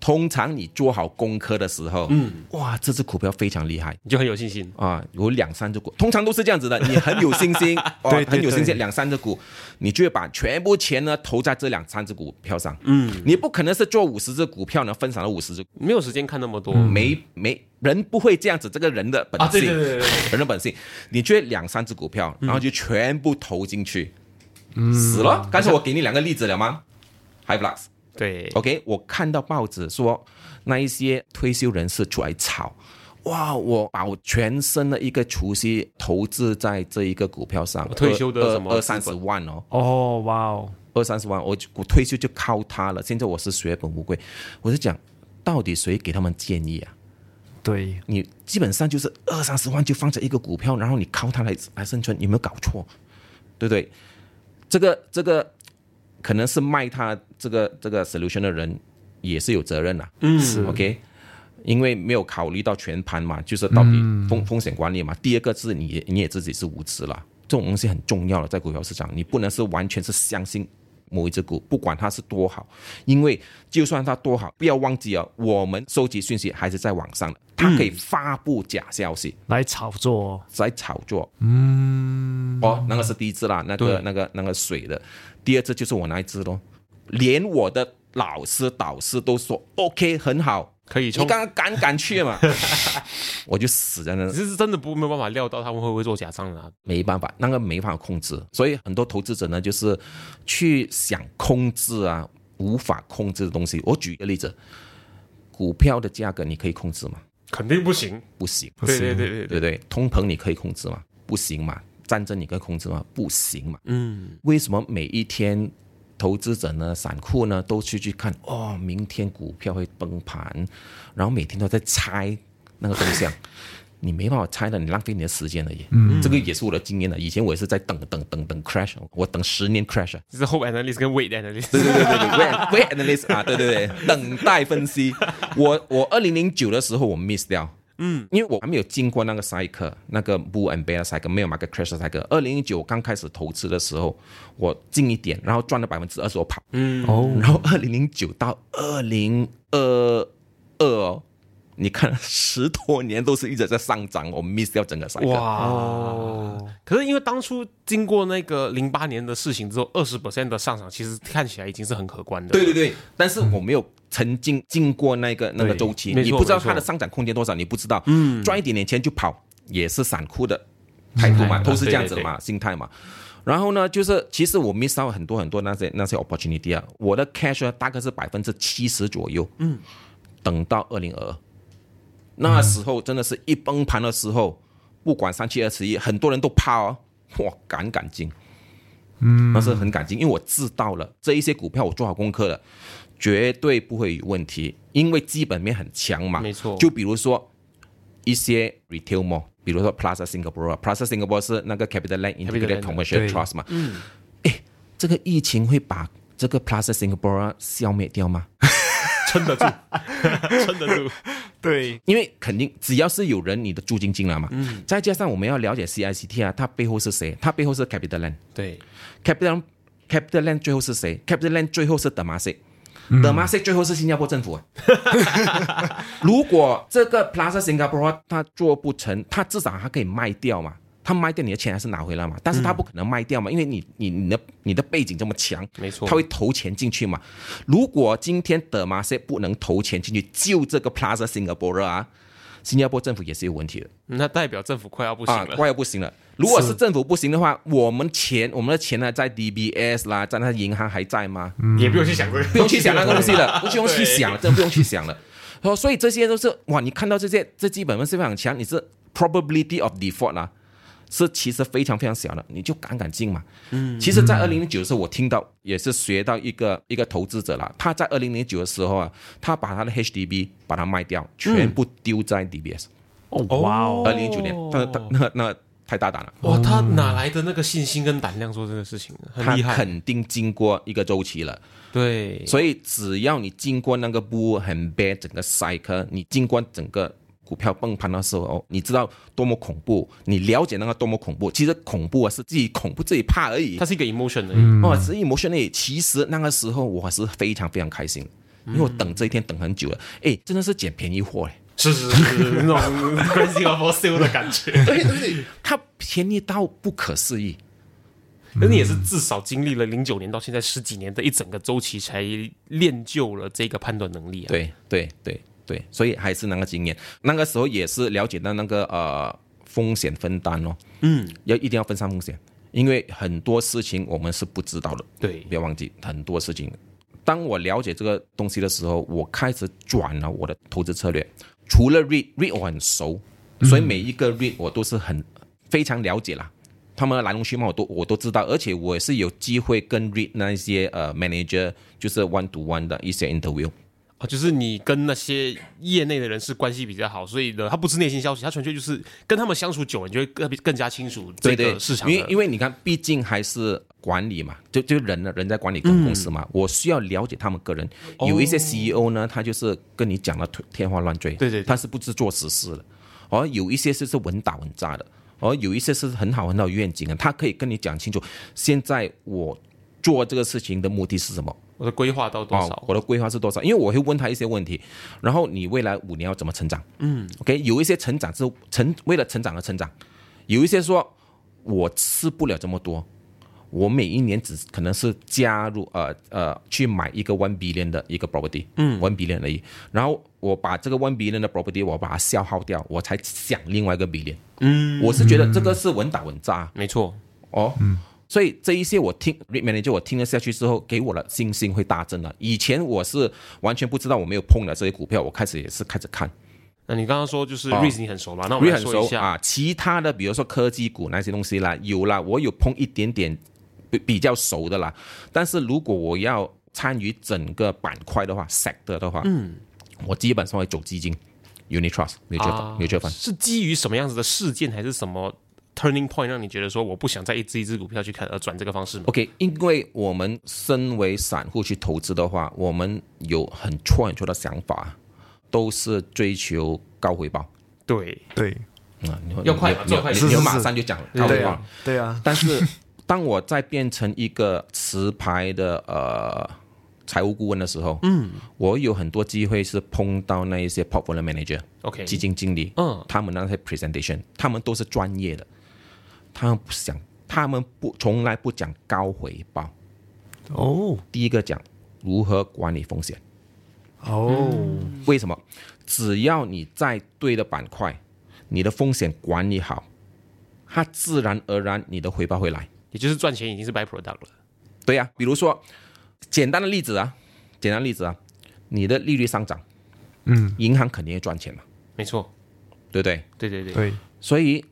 Speaker 1: 通常你做好功课的时候，嗯，哇，这只股票非常厉害，
Speaker 4: 你就很有信心。
Speaker 1: 啊，有两三只股，通常都是这样子的。你很有信 心，哦、
Speaker 3: 对对
Speaker 1: 很有信
Speaker 3: 对
Speaker 1: 心，两三只股，你就会把全部钱呢投在这两三只股票上。嗯，你不可能是做五十只股票呢，分散了五十只，
Speaker 4: 没有时间看那么多，
Speaker 1: 没没人不会这样子，这个人的本
Speaker 2: 嗯啊对
Speaker 1: 性，
Speaker 2: 对对对嗯
Speaker 1: 人的本性，你就会两三只股票，然后就全部投进去，死了。刚才我给你两个例子了吗 h i b l u x
Speaker 4: 对
Speaker 1: OK，我看到报纸说那一些退休人士出来炒，哇！我把我全身的一个储蓄投资在这一个股票上，
Speaker 4: 哦退休的
Speaker 1: 二
Speaker 4: 什么
Speaker 1: 二二
Speaker 4: 资本
Speaker 1: 三十万哦，
Speaker 3: 어, 哦，哇哦，
Speaker 1: 二三十万，我就我退休就靠它了。现在我是血本无归，我就讲，到底谁给他们建议啊？
Speaker 3: 对，
Speaker 1: 你基本上就是二三十万就放在一个股票，然后你靠它来来生存，有没有搞错？对不对？这个这个可能是卖它这个这个 solution 的人也是有责任呐、嗯
Speaker 3: 是
Speaker 1: ，OK，因为没有考虑到全盘嘛，就是到底风、风险管理嘛。第二个是你也你也自己是无知啦，这种东西很重要的，在股票市场，你不能是完全是相信。某一只股，不管它是多好，因为就算它多好，不要忘记哦，我们收集讯息还是在网上的，它可以发布假消息，
Speaker 3: 来炒作
Speaker 1: 在炒作。嗯，哦，那个是第一只啦，那个那个那个水的，第二只就是我那一只咯，连我的老师导师都说 OK 很好，
Speaker 4: 可以
Speaker 1: 你
Speaker 4: 冲
Speaker 1: 刚。刚敢敢去嘛， 我就死在那
Speaker 4: 只，是真的不没有办法料到他们会不会做假账啊？
Speaker 1: 没办法，那个没办法控制，所以很多投资者呢，就是去想控制啊，无法控制的东西。我举一个例子，股票的价格你可以控制吗？
Speaker 4: 肯定不行。
Speaker 1: 不行，
Speaker 4: 对对对对对，
Speaker 1: 对不对？通膨你可以控制吗？不行嘛。战争你可以控制吗？不行嘛。
Speaker 4: 嗯，
Speaker 1: 为什么每一天投资者呢、散户呢都去去看哦，明天股票会崩盘，然后每天都在猜那个动向。 你没办法猜的，你浪费你的时间而已。嗯，这个也是我的经验了。以前我也是在等等等等 crash，我等十年 crash 啊。
Speaker 4: 这是 hope analyst 跟 wait analyst。
Speaker 1: 对对对对对 w a i t analyst 啊，对对对，等待分析。我我二零零九的时候我 miss 掉，嗯，因为我还没有经过那个 cycle，那个 bull and bear cycle，没有 market crash cycle。二零零九我刚开始投资的时候，我进一点，然后赚了百分之二十，我跑，嗯，哦，然后二零零九到二零二二。你看，十多年都是一直在上涨，我 miss 掉整个 cycle。
Speaker 4: 哇！可是因为当初经过那个零八年的事情之后，二十 percent 的上涨，其实看起来已经是很可观的。
Speaker 1: 对对对，但是我没有曾经经过那个那个周期，
Speaker 4: 没错
Speaker 1: 你不知道
Speaker 4: 没错
Speaker 1: 它的上涨空间多少，你不知道，嗯，赚一点点钱就跑也是散户的态度嘛，
Speaker 4: 态
Speaker 1: 都是这样子
Speaker 4: 对对
Speaker 1: 嘛，心态嘛。然后呢，就是其实我 miss 到很多很多那些那些 opportunity 啊，我的 cash 呢大概是百分之七十左右。嗯，等到二零二，那时候真的是一崩盘的时候，不管三七二十一，很多人都怕哦，哇，赶赶进。嗯，那是很感激，因为我知道了这一些股票我做好功课了，绝对不会有问题，因为基本面很强嘛。
Speaker 4: 没错
Speaker 1: 就比如说一些 retail mall，比如说 Plaza Singapore，Plaza Singapore 是那个 Capital Land
Speaker 4: Land，
Speaker 1: Integrated Commercial
Speaker 5: 对
Speaker 1: Trust 嘛。嗯。哎，这个疫情会把这个 Plaza Singapore 消灭掉吗？
Speaker 2: 撑得住，撑得住。
Speaker 5: 对，
Speaker 1: 因为肯定只要是有人，你的租金进来嘛。嗯。再加上我们要了解 CICT 啊，它背后是谁？它背后是 Capital Land。
Speaker 4: 对，
Speaker 1: Capital Capital Land 最后是谁？Capital Land 最后是德玛西。
Speaker 4: 嗯
Speaker 1: 德玛西最后是新加坡政府啊。 如果这个 Plaza Singapore 它做不成，它至少它可以卖掉嘛，它卖掉你的钱还是拿回来嘛，但是它不可能卖掉嘛，因为你你你的你的背景这么强，
Speaker 4: 嗯没错
Speaker 1: 它会投钱进去嘛。如果今天德玛西不能投钱进去救这个 Plaza Singapore 啊，新加坡政府也是有问题的。
Speaker 4: 那代表政府快要不行
Speaker 1: 啊，
Speaker 4: 了。
Speaker 1: 快要不行了。如果是政府不行的话，我们钱我们的钱呢，在 DBS 啦，在那银行还在吗？
Speaker 2: 也不用去想这个，
Speaker 1: 不用去想那个东西了，不用去
Speaker 2: 嗯对
Speaker 1: 想了，真的不用去想了。哦，所以这些都是哇，你看到这些，这基本面是非常强，你是 probability of default 啦、是其实非常非常小的，你就赶赶进嘛。嗯，其实，在二零零九的时候，我听到也是学到一个一个投资者啦，他在二零零九的时候啊，他把他的 HDB 把它卖掉，全部丢在 DBS。
Speaker 3: 哦，哇哦，
Speaker 1: 二零零九年，他他那那太大胆了。
Speaker 4: 哇，他哪来的那个信心跟胆量做这个事情啊？很
Speaker 1: 它
Speaker 4: 厉害，
Speaker 1: 肯定经过一个周期了，
Speaker 4: 对，
Speaker 1: 所以只要你经过那个不很 bad 整个 cycle，你经过整个股票崩盘的时候，哦你知道多么恐怖，你了解那个多么恐怖。其实恐怖啊是自己恐怖自己怕而已
Speaker 4: 它，是一个 emotion 而已。
Speaker 1: 哦，是 emotion 而已。其实那个时候我还是非常非常开心的，因为我等这一天等很久了，哎，真的是捡便宜货嘞。
Speaker 2: 是是是是，那种 Grand Singapore Sale 的感觉。
Speaker 1: 对对 对，它便宜到不可思议。
Speaker 4: 可是你也是至少经历了零九年到现在十几年的一整个周期，才练就了这个判断能力啊。，
Speaker 1: 对对对对，所以还是那个经验，那个时候也是了解到那个呃风险分担咯，嗯，要一定要分散风险，因为很多事情我们是不知道的，
Speaker 4: 对
Speaker 1: 不要忘记很多事情。当我了解这个东西的时候，我开始转了我的投资策略，除了 read read 我很熟，
Speaker 4: 嗯
Speaker 1: 所以每一个 read 我都是很非常了解啦。他们的来龙去脉我都我都知道，而且我也是有机会跟 read 那一些呃 manager 就是 one to one 的一些 interview，
Speaker 4: 啊，就是你跟那些业内的人士关系比较好，所以呢，他不是内心消息，他纯粹就是跟他们相处久了，你就会更更加清楚这
Speaker 1: 对对
Speaker 4: 个，市场的。
Speaker 1: 因为因为你看，毕竟还是管理嘛，就就人呢，人在管理公公司嘛，
Speaker 4: 嗯
Speaker 1: 我需要了解他们个人。有一些 CEO 呢，他就是跟你讲了天花乱坠，
Speaker 4: 哦对对对
Speaker 1: 他是不知做实事的。而有一些是是稳打稳扎的，而有一些是很好很好的愿景的，他可以跟你讲清楚，现在我做这个事情的目的是什么。
Speaker 4: 我的规划到多
Speaker 1: 哦，
Speaker 4: 少？
Speaker 1: 我的规划是多少？因为我会问他一些问题，然后你未来五年要怎么成长？嗯，OK，有一些成长是成为了成长而成长，有一些说我吃不了这么多，我每一年只可能是加入呃呃去买一个 one billion 的一个 property，嗯，one billion 而已，然后我把这个 one billion 的 property 我把它消耗掉，我才想另外一个 billion。嗯，我是觉得这个是稳打稳扎，啊
Speaker 4: 没错，
Speaker 1: 哦，所以这一些我听 r e manager 我听了下去之后，给我的信心会大增了。啊以前我是完全不知道，我没有碰的这些股票，我开始也是开始看，
Speaker 4: 那你刚刚说就是 r
Speaker 1: 哦
Speaker 4: i s 你很熟嘛？那我
Speaker 1: 因
Speaker 4: 们
Speaker 1: 为
Speaker 4: 来
Speaker 1: 很
Speaker 4: 说
Speaker 1: 熟
Speaker 4: 一下，
Speaker 1: 啊。其他的比如说科技股那些东西啦，有啦，我有碰一点点比比较熟的啦。但是如果我要参与整个板块的话，sector 的话，嗯，我基本上会走基金，unit trust 没 u
Speaker 4: 啊
Speaker 1: 分，没 u 分。
Speaker 4: 是基于什么样子的事件，还是什么 turning point 让你觉得说我不想再一只一只股票去看，
Speaker 2: 呃
Speaker 4: 而转这个方式吗？
Speaker 1: OK，因为我们身为散户去投资的话，我们有很错很错的想法，都是追求高回报
Speaker 4: 对，
Speaker 5: 对，
Speaker 1: 啊、你
Speaker 4: 要快嘛
Speaker 1: 你
Speaker 4: 做快
Speaker 1: 你
Speaker 4: 点
Speaker 1: 你
Speaker 5: 是
Speaker 1: 你
Speaker 5: 是
Speaker 1: 马
Speaker 5: 是
Speaker 1: 上就讲了高回
Speaker 5: 对
Speaker 1: 报
Speaker 5: 啊。，对啊，
Speaker 1: 但是当我再变成一个持牌的呃财务顾问的时候，嗯，我有很多机会是碰到那一些 portfolio manager，
Speaker 4: OK
Speaker 1: 基金经理，
Speaker 4: 嗯
Speaker 1: 他们那些 presentation，他们都是专业的，他们不想，他们不从来不讲高回报。
Speaker 5: 哦
Speaker 1: 第一个讲如何管理风险。
Speaker 5: 哦，
Speaker 1: 为什么？只要你在对的板块，你的风险管理好，它自然而然你的回报会来。
Speaker 2: 也就是赚钱已经是 by product 了。
Speaker 1: 对呀、比如说简单的例子啊，简单的例子啊，你的利率上涨，
Speaker 3: 嗯，
Speaker 1: 银行肯定会赚钱嘛，
Speaker 2: 没错，
Speaker 1: 对不对？
Speaker 2: 对对对，
Speaker 3: 对，
Speaker 1: 所以，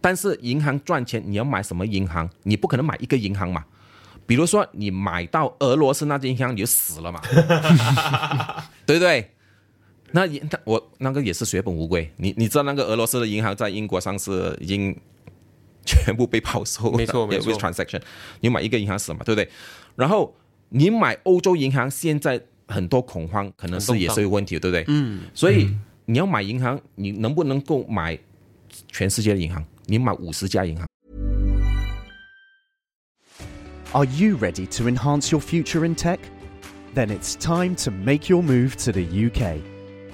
Speaker 1: 但是银行赚钱，你要买什么银行？你不可能买一个银行嘛。比如说，你买到俄罗斯那间银行，你就死 了嘛，对不对？那也那我那个也是血本无归。你你知道那个俄罗斯的银行在英国上市已经全部被抛售了，
Speaker 2: 没错没错
Speaker 1: 也不是 transaction，你买一个银行死嘛，对不对？然后你买欧洲银行，现在很多恐慌，可能是
Speaker 2: 很动
Speaker 1: 也
Speaker 2: 荡
Speaker 1: 是有问题，对不对？嗯。所以你要买银行，你能不能够买全世界的银行？你买五十家银行？
Speaker 6: Are you ready to enhance your future in tech? Then it's time to make your move to the UK,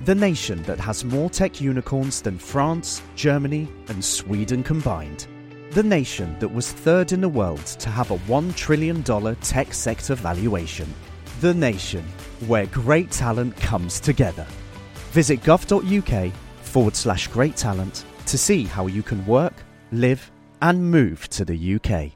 Speaker 6: the nation that has more tech unicorns than France, Germany, and Sweden combined. The nation that was third in the world to have a $1 trillion tech sector valuation. The nation where great talent comes together. Visit gov.uk forward slash great talent to see how you can work, live, and move to the UK.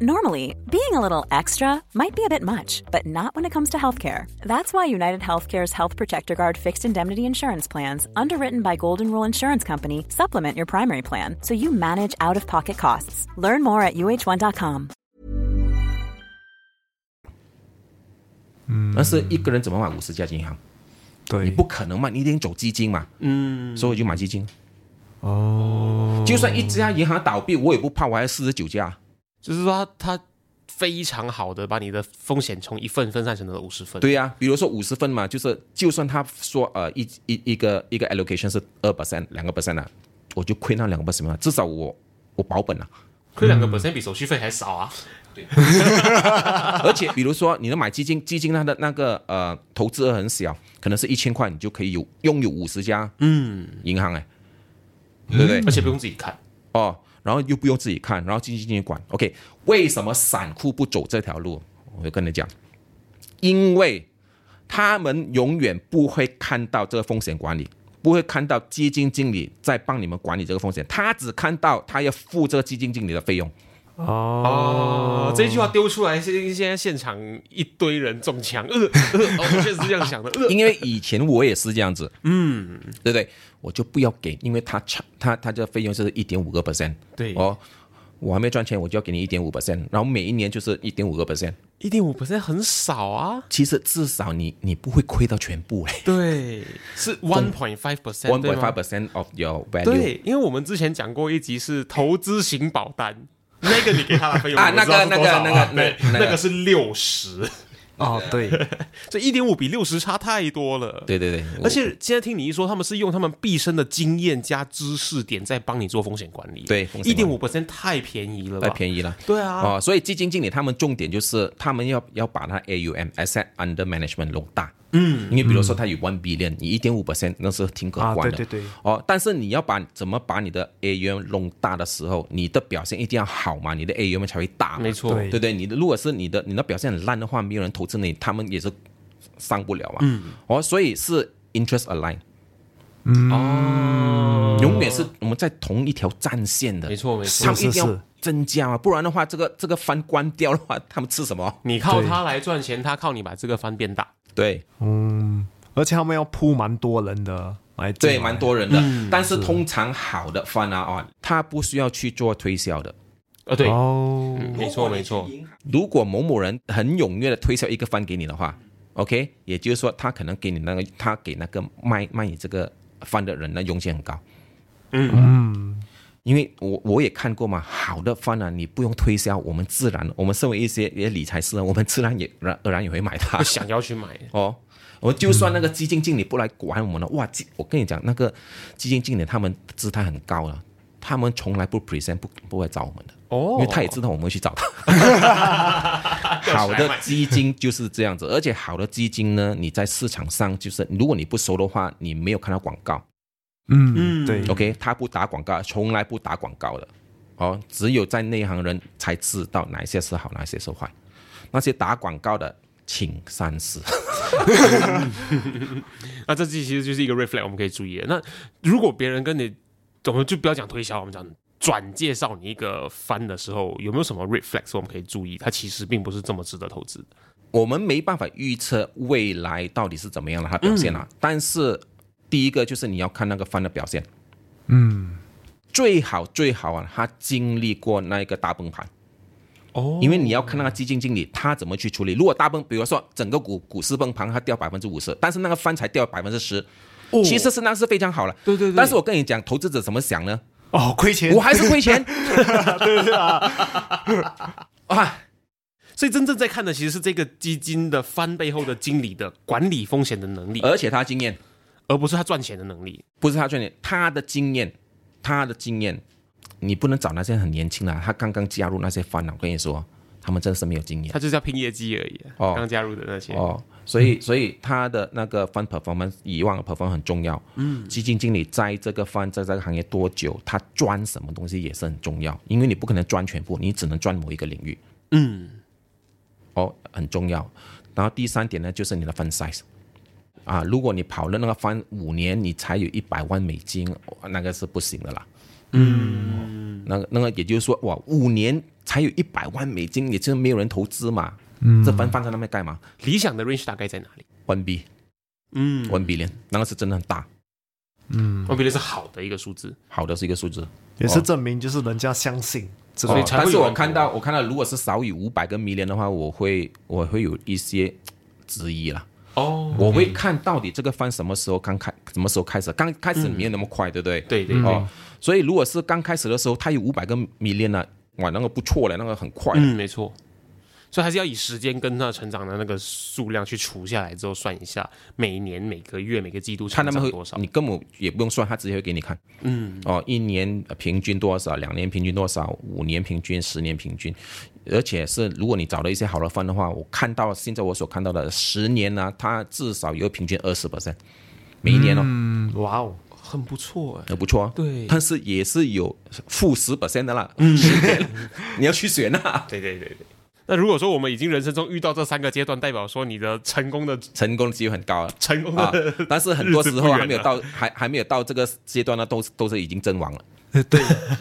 Speaker 7: Normally, being a little extra might be a bit much, but not when it comes to healthcare. That's why United Healthcare's Health Protector Guard fixed indemnity insurance plans, underwritten by Golden Rule Insurance Company, supplement your primary plan so you manage out of pocket costs. Learn more at uh1.com.
Speaker 1: 但是一个人怎么买五十家银行？
Speaker 3: 对，
Speaker 1: 你不可能嘛，你一定走基金嘛。嗯。所以我就买基金。哦。就算一家银行倒闭，我也不怕，我还有四十九家。
Speaker 2: 就是说它它非常好的把你的风险从一份分散成了五十份。
Speaker 1: 对呀、比如说五十分嘛，就是就算他说呃一一一个一个 allocation 是二 percent 两个 percent 啊，我就亏那两个 percent 嘛，至少我我保本了、啊
Speaker 2: 亏两个
Speaker 1: 嗯
Speaker 2: percent 比手续费还少啊！
Speaker 1: 而且比如说你能买基金，基金它的那个呃投资额很小，可能是一千块，你就可以有拥有五十家嗯银行哎，对不对？
Speaker 2: 而且不用自己看，
Speaker 1: 哦，然后又不用自己看，然后经济经济管。OK，为什么散户不走这条路？我就跟你讲，因为他们永远不会看到这个风险管理，不会看到基金经理在帮你们管理这个风险，他只看到他要付这个基金经理的费用。
Speaker 2: 哦，这一句话丢出来，现现在现场一堆人中枪，呃，呃哦，我确实是这样想的， 呃，
Speaker 1: 因为以前我也是这样子，嗯，对不对？我就不要给，因为他差他他这费用是一点五个 percent，
Speaker 2: 对
Speaker 1: 哦，我还没赚钱，我就要给你一点五 percent，然后每一年就是一点五个 percent，
Speaker 2: 一点五 percent 很少啊，
Speaker 1: 其实至少你你不会亏到全部哎
Speaker 2: 对，是 one point five percent，
Speaker 1: ，one point five percent of your value。
Speaker 2: 对，因为我们之前讲过一集是投资型保 单，那个你给他的费用
Speaker 1: 啊
Speaker 2: 我知道是
Speaker 1: 那个
Speaker 2: 多少啊
Speaker 1: 那个那个
Speaker 2: 对
Speaker 1: 那个
Speaker 2: 那个是六十，
Speaker 3: 哦， 对，
Speaker 2: 这一点五比六十差太多了。
Speaker 1: 对对对，我
Speaker 2: 而且现在听你一说，他们是用他们毕生的经验加知识点在帮你做风险管理。
Speaker 1: 对风
Speaker 2: 一
Speaker 1: 险
Speaker 2: 点
Speaker 1: 管
Speaker 2: 五 percent 太便宜了吧？
Speaker 1: 太便宜了。
Speaker 2: 对啊，
Speaker 1: 哦，所以基金经理他们重点就是他们要要把他 AUM asset under management 弄大，嗯，因为比如说他有 one billion，你一点五 percent 那是挺可
Speaker 3: 啊
Speaker 1: 观的，
Speaker 3: 对对对
Speaker 1: 哦，但是你要把怎么把你的 AUM 弄大的时候，你的表现一定要好嘛，你的 AUM 才会大嘛，
Speaker 2: 没错
Speaker 3: 对
Speaker 1: 对不对？你的如果是你的你的表现很烂的话，没有人投资你，他们也是上不了嘛，嗯，哦，所以是 interest align，嗯，哦，永远是我们在同一条战线的，
Speaker 2: 没错没错
Speaker 1: 他们一定
Speaker 3: 是是是
Speaker 1: 要增加嘛，不然的话，这个这个番关掉的话，他们吃什么？
Speaker 2: 你靠
Speaker 3: 对
Speaker 2: 它来赚钱，它靠你把这个翻变大。
Speaker 1: 对
Speaker 3: 而且他们要铺蛮多人的，来进
Speaker 1: 对，
Speaker 3: 来
Speaker 1: 蛮多人的。
Speaker 3: 嗯
Speaker 1: 但是通常好的番啊啊，他不需要去做推销的。
Speaker 2: 呃，对，
Speaker 3: 哦，
Speaker 2: 嗯没错没错，
Speaker 1: 如果某某人很踊跃的推销一个番给你的话，OK，也就是说他可能给你那个他给那个卖卖你这个番的人呢，佣金很高。
Speaker 3: 嗯
Speaker 1: 因为我我也看过嘛，好的方案你不用推销，我们自然，我们身为一些也理财师，啊我们自然也然而然也会买它
Speaker 2: 不。想要去买。
Speaker 1: 哦，我们就算那个基金经理不来管我们了，哇，基我跟你讲，那个基金经理他们姿态很高了，他们从来不 present 不不会找我们的，
Speaker 2: 哦
Speaker 1: 因为他也知道我们会去找他。 好的基金就是这样子，而且好的基金呢，你在市场上就是，如果你不熟的话，你没有看到广告
Speaker 3: 嗯，对，
Speaker 1: ，OK，他不打广告，从来不打广告的，哦，只有在内行人才知道哪些是好，哪些是坏，那些打广告的，请三思。
Speaker 2: 那这其实就是一个 reflect，我们可以注意的。那如果别人跟你，我们就不要讲推销，我们讲转介绍你一个番的时候，有没有什么 reflex 我们可以注意？它其实并不是这么值得投资的。
Speaker 1: 我们没办法预测未来到底是怎么样的它表现了、啊但是第一个就是你要看那个番的表现，嗯，最好最好啊，他经历过那一个大崩盘。哦，因为你要看那个基金经理他怎么去处理。如果大崩，比如说整个股股市崩盘，它掉百分之五十，但是那个番才掉百分之十，其实是那是非常好了。哦对对对。但是我跟你讲，投资者怎么想 呢？
Speaker 8: 哦，亏钱
Speaker 1: 我，还 是亏钱。 啊，
Speaker 2: 所以真正在看的其实是这个基金的翻背后的经理的管理风险的能力，而
Speaker 1: 而且他经验
Speaker 2: 而不是他赚钱的能力。
Speaker 1: 不是他赚钱，他的经验，他的经验，你不能找那些很年轻的啊，他刚刚加入那些烦恼，我跟你说，他们真的是没有经验
Speaker 2: 他就是要拼业绩而已。
Speaker 1: 哦
Speaker 2: 刚加入的那些，
Speaker 1: 哦。所以，所以他的那个 fund performance 以往的 performance 很重要。嗯，基金经理在这个 fund 在这个行业多久，他专什么东西也是很重要，因为你不可能专全部，你只能专某一个领域。嗯，哦，很重要。然后第三点呢，就是你的 fund size。啊，如果你跑了那个翻五年，你才有一百万美金，哇那个是不行的啦。嗯，那个那个也就是说，哇，五年才有一百万美金，也就是没有人投资嘛。嗯，这翻放在那边干嘛
Speaker 2: 理想的 range 大概在哪里？
Speaker 1: ？One B
Speaker 2: 嗯
Speaker 1: One B 连，那个是真的很大，
Speaker 3: 嗯
Speaker 2: 我比的是好的一个数字，
Speaker 1: 好的是一个数字。哦
Speaker 8: 也是证明就是人家相信这
Speaker 2: 所
Speaker 8: 个
Speaker 2: 以才
Speaker 1: 但
Speaker 2: 会
Speaker 1: 是
Speaker 2: 有
Speaker 1: 我
Speaker 2: 人
Speaker 1: 看到我看到，如果是少于五百个 million 的话，我会我会有一些质疑啦。
Speaker 2: 哦，
Speaker 1: 我会看到底这个番什么时候刚开，什么时候开始？刚开始没有那么快，对不对？
Speaker 2: 嗯对对对
Speaker 1: 哦，所以如果是刚开始的时候，它有五百个 million 呢，哇，那个不错了，那个很快。
Speaker 2: 嗯，没错。所以还是要以时间跟它成长的那个数量去除下来之后算一下，每年、每个月、每个季度
Speaker 1: 看他
Speaker 2: 成
Speaker 1: 们
Speaker 2: 长
Speaker 1: 会
Speaker 2: 多少，。
Speaker 1: 你根本也不用算，他直接会给你看。嗯，哦，一年呃平均多少，两年平均多少，五年平均，十年平均，而且是如果你找到一些好的番的话，我看到现在我所看到的十年呢、它至少有平均二十 percent，每一年哦，
Speaker 8: 哇哦，
Speaker 2: 很不错哎、
Speaker 1: 呃不错、哦。
Speaker 2: 对
Speaker 1: 但是也是有负十 percent 的啦，十年 你要去选啊。
Speaker 2: 对对对对。那如果说我们已经人生中遇到这三个阶段，代表说你的成功的
Speaker 1: 成功的机会很高啊，
Speaker 2: 成功的、
Speaker 1: 啊但是很多时候啊还没有
Speaker 2: 日子不远了
Speaker 1: 到，还还没有到这个阶段呢，都是都是已经阵亡了，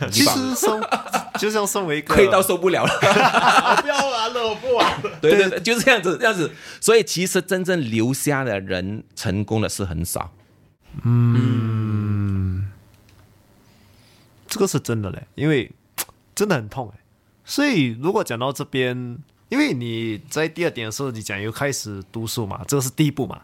Speaker 3: 其实身 就像身为一个
Speaker 1: 亏到受不了了。
Speaker 9: 不要玩了，我不玩了。
Speaker 1: 对对对，就是这样子，这样子。所以其实真正留下的人成功的是很少。
Speaker 8: 这个是真的嘞，
Speaker 3: 因为真的很痛哎。所以如果讲到这边，因为你在第二点的时候，你讲又开始读书嘛，这个是第一步嘛。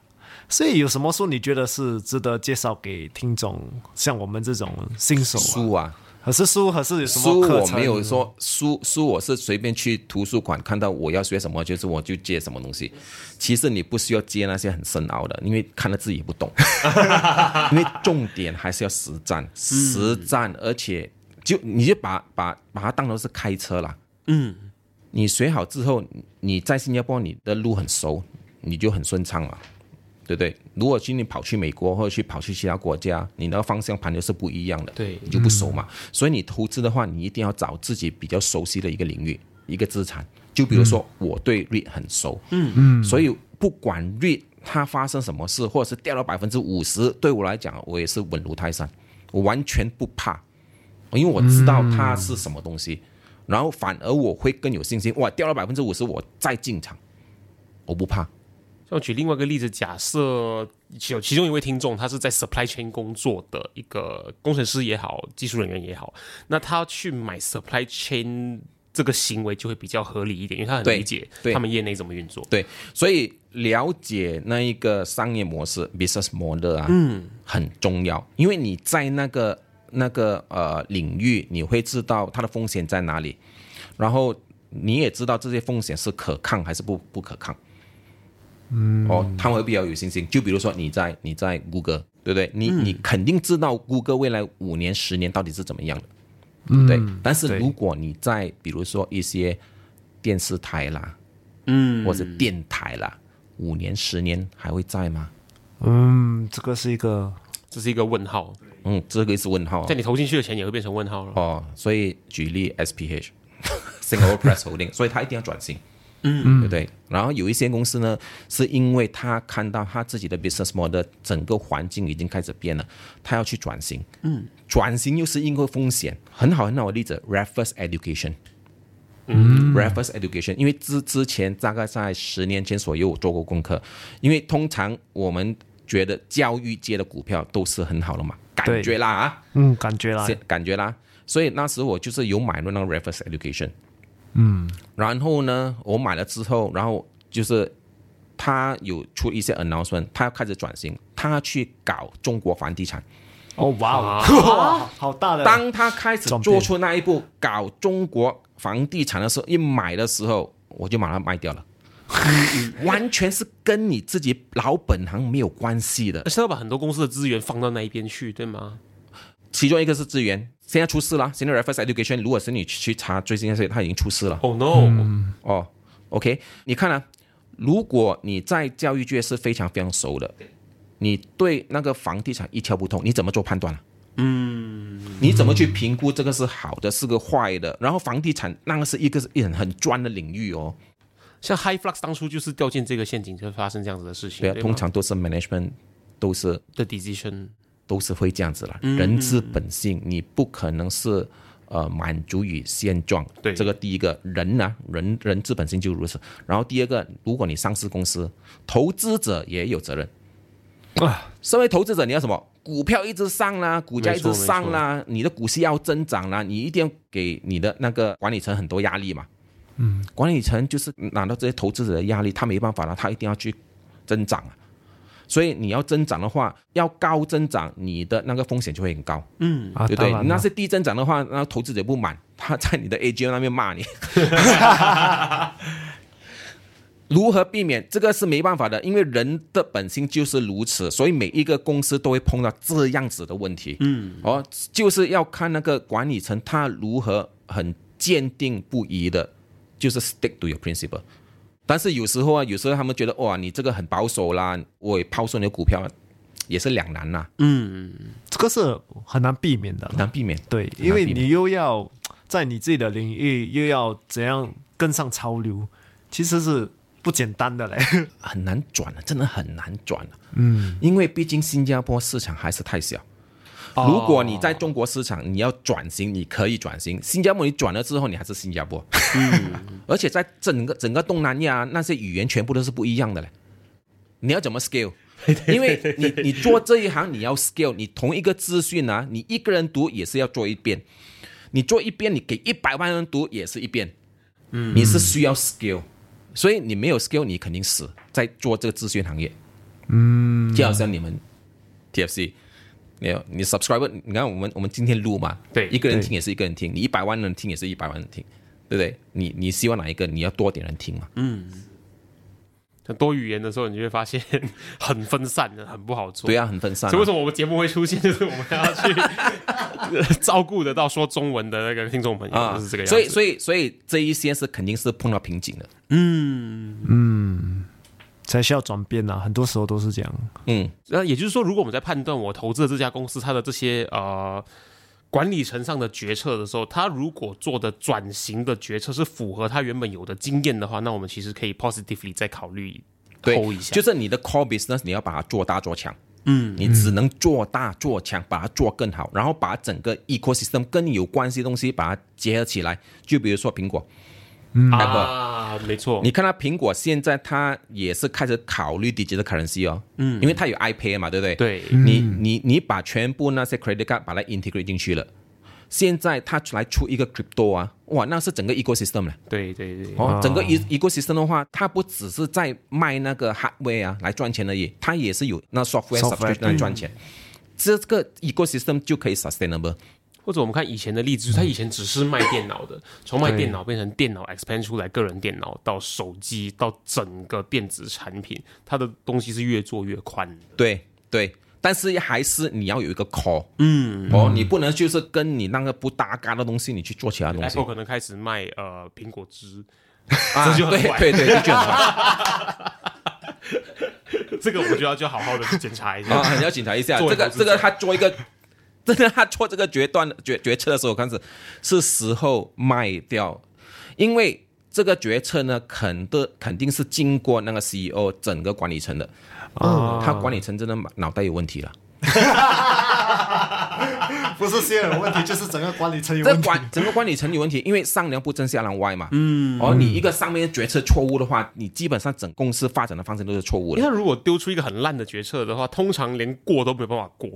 Speaker 3: 所以有什么书你觉得是值得介绍给听众，像我们这种新手、
Speaker 1: 书
Speaker 3: 啊，
Speaker 1: 啊，
Speaker 3: 可是书，可是有什
Speaker 1: 书
Speaker 3: 么课
Speaker 1: 我
Speaker 3: 程？
Speaker 1: 没有说书书我是随便去图书馆看到我要学什么，就是我就借什么东西。其实你不需要借那些很深奥的，因为看了自己也不懂。 因为重点还是要实战，
Speaker 3: 嗯
Speaker 1: 实战，而且就你就把把把它当成是开车啦。
Speaker 2: 嗯，
Speaker 1: 你学好之后，你你在新加坡你的路很熟，你就很顺畅了，对不对？如果今天跑去美国或者去跑去其他国家，你那个方向盘就是不一样的，
Speaker 2: 对
Speaker 1: 你就不熟嘛。所以你投资的话，你一定要找自己比较熟悉的一个领域、一个资产。就比如说，我对 REIT 很熟，嗯嗯，所以不管 REIT 它发生什么事，或者是掉了百分之五十，对我来讲，我也是稳如泰山，我完全不怕。因为我知道它是什么东西，然后反而我会更有信心。哇，掉了百分之五十，我再进场，我不怕。
Speaker 2: 像我举另外一个例子，假设有其中一位听众，他是在 supply chain 工作的一个工程师也好，技术人员也好，那他去买 supply chain 这个行为就会比较合理一点，因为他很
Speaker 1: 对
Speaker 2: 理解
Speaker 1: 对
Speaker 2: 他们业内怎么运作。
Speaker 1: 对，所以了解那一个商业模式 （business model） 啊，嗯，很重要，因为你在那个那个呃领域，你会知道它的风险在哪里，然后你也知道这些风险是可抗还是不不可抗。嗯，哦，他们会比较有信心。就比如说你在你在谷歌，对不对？你、你肯定知道谷歌未来五年、十年到底是怎么样的，嗯、对。但是如果你在比如说一些电视台啦，或者电台啦，五年、十年还会在吗？
Speaker 3: 嗯，这个是一个
Speaker 2: 这是一个问号，
Speaker 1: 嗯，这个是问号
Speaker 2: 在你投进去的钱也会变成问号了。
Speaker 1: 哦。所以举例 SPH Singapore Press Holding，所以他一定要转型。嗯，对不对？然后有一些公司呢，是因为他看到他自己的 business model 整个环境已经开始变了，他要去转型，嗯，转型又是因为风险。很好很好的例子，Reference Education。嗯，reference education，因为之之前大概在十年前左右我做过功课，因为通常我们觉得教育界的股票都是很好的嘛，感觉啦啊，
Speaker 3: 嗯，感觉啦
Speaker 1: 是，感觉啦。所以那时我就是有买入那个 Reference Education，嗯，然后呢，我买了之后，然后就是他有出一些 announcement，他要开始转型，他去搞中国房地产。
Speaker 3: 哦哇哦， 好大的，
Speaker 1: 当他开始
Speaker 3: 转变
Speaker 1: 做出那一步搞中国房地产的时候，一买的时候我就把它卖掉 了，完全是跟你自己老本行没有关系的
Speaker 2: 而。且要把很多公司的资源放到那一边去，对吗？
Speaker 1: 其中一个是资源，现在出事了，现在 Reference Education，如果是你去查最新的消息，它已经出事了。
Speaker 2: 哦、no，、
Speaker 1: 哦，OK，你看啊，如果你在教育界是非常非常熟的，你对那个房地产一窍不通，你怎么做判断啊？嗯，你怎么去评估这个是好的，是个坏的？然后房地产那个是一个一很很专的领域哦，
Speaker 2: 像 High Flux 当初就是掉进这个陷阱，就会发生这样子的事情。
Speaker 1: 对啊，
Speaker 2: 吗
Speaker 1: 通常都是 management 都是
Speaker 2: 的 decision
Speaker 1: 都是会这样子了。人之本性，你不可能是呃满足于现状。
Speaker 2: 对
Speaker 1: 这个第一个人呢、人人之本性就如此。然后第二个，如果你上市公司，投资者也有责任。啊，身为投资者，你要什么？股票一直上啦，股价一直上啦，你的股息要增长啦，你一定要给你的那个管理层很多压力嘛。嗯，管理层就是拿到这些投资者的压力，他没办法了，他一定要去增长啊。所以你要增长的话，要高增长，你的那个风险就会很高，
Speaker 3: 啊，
Speaker 1: 对不对
Speaker 3: 当？然
Speaker 1: 那
Speaker 3: 啦
Speaker 1: 是低增长的话，那投资者不满， 他在你的 AGO 那边骂你。 如何避免这个是没办法的，因为人的本性就是如此，所以每一个公司都会碰到这样子的问题。嗯，哦，就是要看那个管理层他如何很坚定不移的，就是 stick to your principle。但是有时候啊，有时候他们觉得哇，你这个很保守啦，我也抛售你的股票，也是两难呐、
Speaker 3: 这个是很难避免的啦，
Speaker 1: 很难避免。
Speaker 3: 嗯对，
Speaker 1: 难
Speaker 3: 因为
Speaker 1: 避免
Speaker 3: 你又要在你自己的领域又要怎样跟上潮流，其实是不简单的嘞。
Speaker 1: 很难转了、真的很难转了、嗯，因为毕竟新加坡市场还是太小。如果你在中国市场，你要转型，你可以转型。新加坡你转了之后，你还是新加坡。嗯， 而且在整个整个东南亚，那些语言全部都是不一样的嘞。你要怎么 scale？因为你你做这一行，你要 scale，你同一个资讯啊，你一个人读也是要做一遍，你做一遍，你给一百万人读也是一遍，嗯，你是需要 scale，所以你没有 skill，你肯定死在做这个资讯行业。嗯，就好像你们 TFC，你有你 subscriber，你看我们我们今天录嘛，
Speaker 2: 对
Speaker 1: 一个人
Speaker 3: 对
Speaker 1: 听也是一个人听，你一百万人听也是一百万人听，对不对？你你希望哪一个？你要多点人听嘛。
Speaker 2: 很多语言的时候，你就会发现很分散，很不好做。
Speaker 1: 对啊，很分散、啊。
Speaker 2: 所以为什么我们节目会出现，就是我们要去 照顾得到说中文的那个听众朋友，
Speaker 1: 啊，
Speaker 2: 就是这个样子。
Speaker 1: 所以所以所以这一些是肯定是碰到瓶颈的。
Speaker 3: 才需要转变呐、很多时候都是这样。
Speaker 1: 嗯，
Speaker 2: 那也就是说，如果我们在判断我投资的这家公司它的这些呃管理层上的决策的时候，它如果做的转型的决策是符合它原本有的经验的话，那我们其实可以 positively 再考虑
Speaker 1: 对
Speaker 2: hold 一，下。
Speaker 1: 就是你的 core business 你要把它做大做强。嗯，你只能做大做强，把它做更好，然后把整个 ecosystem 跟你有关系的东西把它结合起来。就比如说苹果，Apple
Speaker 2: 啊，没错，
Speaker 1: 你看它苹果现在它也是开始考虑 digital currency 哦，嗯，因为它有 iPay 嘛，对不对？
Speaker 2: 对
Speaker 1: 你你你把全部那些 credit card 把它 integrate 进去了，现在它来出一个 crypto 啊，哇，那是整个 ecosystem 了。
Speaker 2: 对对对，
Speaker 1: 哦，整个 e ecosystem 的话，它不只是在卖那个 hardware 啊来赚钱而已，它也是有那 software
Speaker 3: Software，
Speaker 1: subscription 来赚钱。这个 ecosystem 就可以 sustainable。
Speaker 2: 或者我们看以前的例子，就是他以前只是卖电脑的，从卖电脑变成电脑 expand 出来，个人电脑到手机到整个电子产品，它的东西是越做越宽的。
Speaker 1: 对对，但是还是你要有一个 core，嗯，哦，你不能就是跟你那个不搭嘎的东西，你去做其他东西
Speaker 2: Apple 可能开始卖呃苹果汁，
Speaker 1: 啊，
Speaker 2: 这就很
Speaker 1: 对
Speaker 2: 坏
Speaker 1: 对对，这就 很坏
Speaker 2: 这个我们就要就好好的去检查一下。
Speaker 1: 啊，你要检查一下
Speaker 2: 作为
Speaker 1: 这个
Speaker 2: 投资
Speaker 1: 这
Speaker 2: 者
Speaker 1: 个他做一个。 真的，他做这个决断决决策的时候，开始是时候卖掉，因为这个决策呢，肯的肯定是经过那个 CEO 整个管理层的。哦，他管理层真的脑袋有问题了。
Speaker 3: 不是新人有问题，就是整个管理层有
Speaker 1: 这
Speaker 3: 问题。
Speaker 1: 管整个管理层有问题，因为上梁不正下梁歪嘛。嗯，而你一个上面决策错误的话，你基本上整公司发展的方向都是错误
Speaker 4: 因为
Speaker 1: 的。
Speaker 2: 嗯
Speaker 4: 他如果丢出一个很烂的决策的话，通常连过都没有办法过。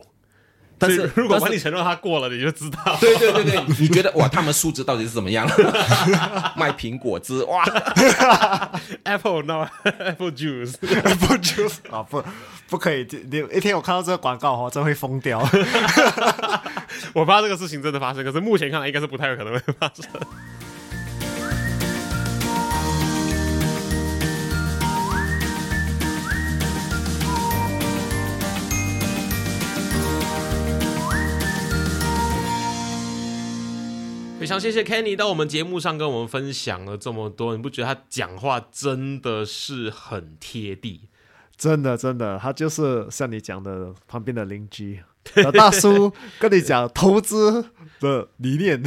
Speaker 1: 但是
Speaker 4: 所以如果
Speaker 1: 但
Speaker 4: 管
Speaker 1: 是
Speaker 4: 理层让他过了，你就知道。
Speaker 1: 对对对对，你觉得哇，他们素质到底是怎么样？ 卖苹果汁哇，
Speaker 4: Apple now Apple Juice，
Speaker 3: 不就是啊不不可以，你一天我看到这个广告哦，真会疯掉。
Speaker 4: 我怕这个事情真的发生，可是目前看来应该是不太有可能会发生。
Speaker 2: 非常谢谢 Kenny 到我们节目上跟我们分享了这么多，你不觉得他讲话真的是很贴地？
Speaker 3: 真的真的，他就是像你讲的旁边的邻居老大叔，跟你讲投资的理念。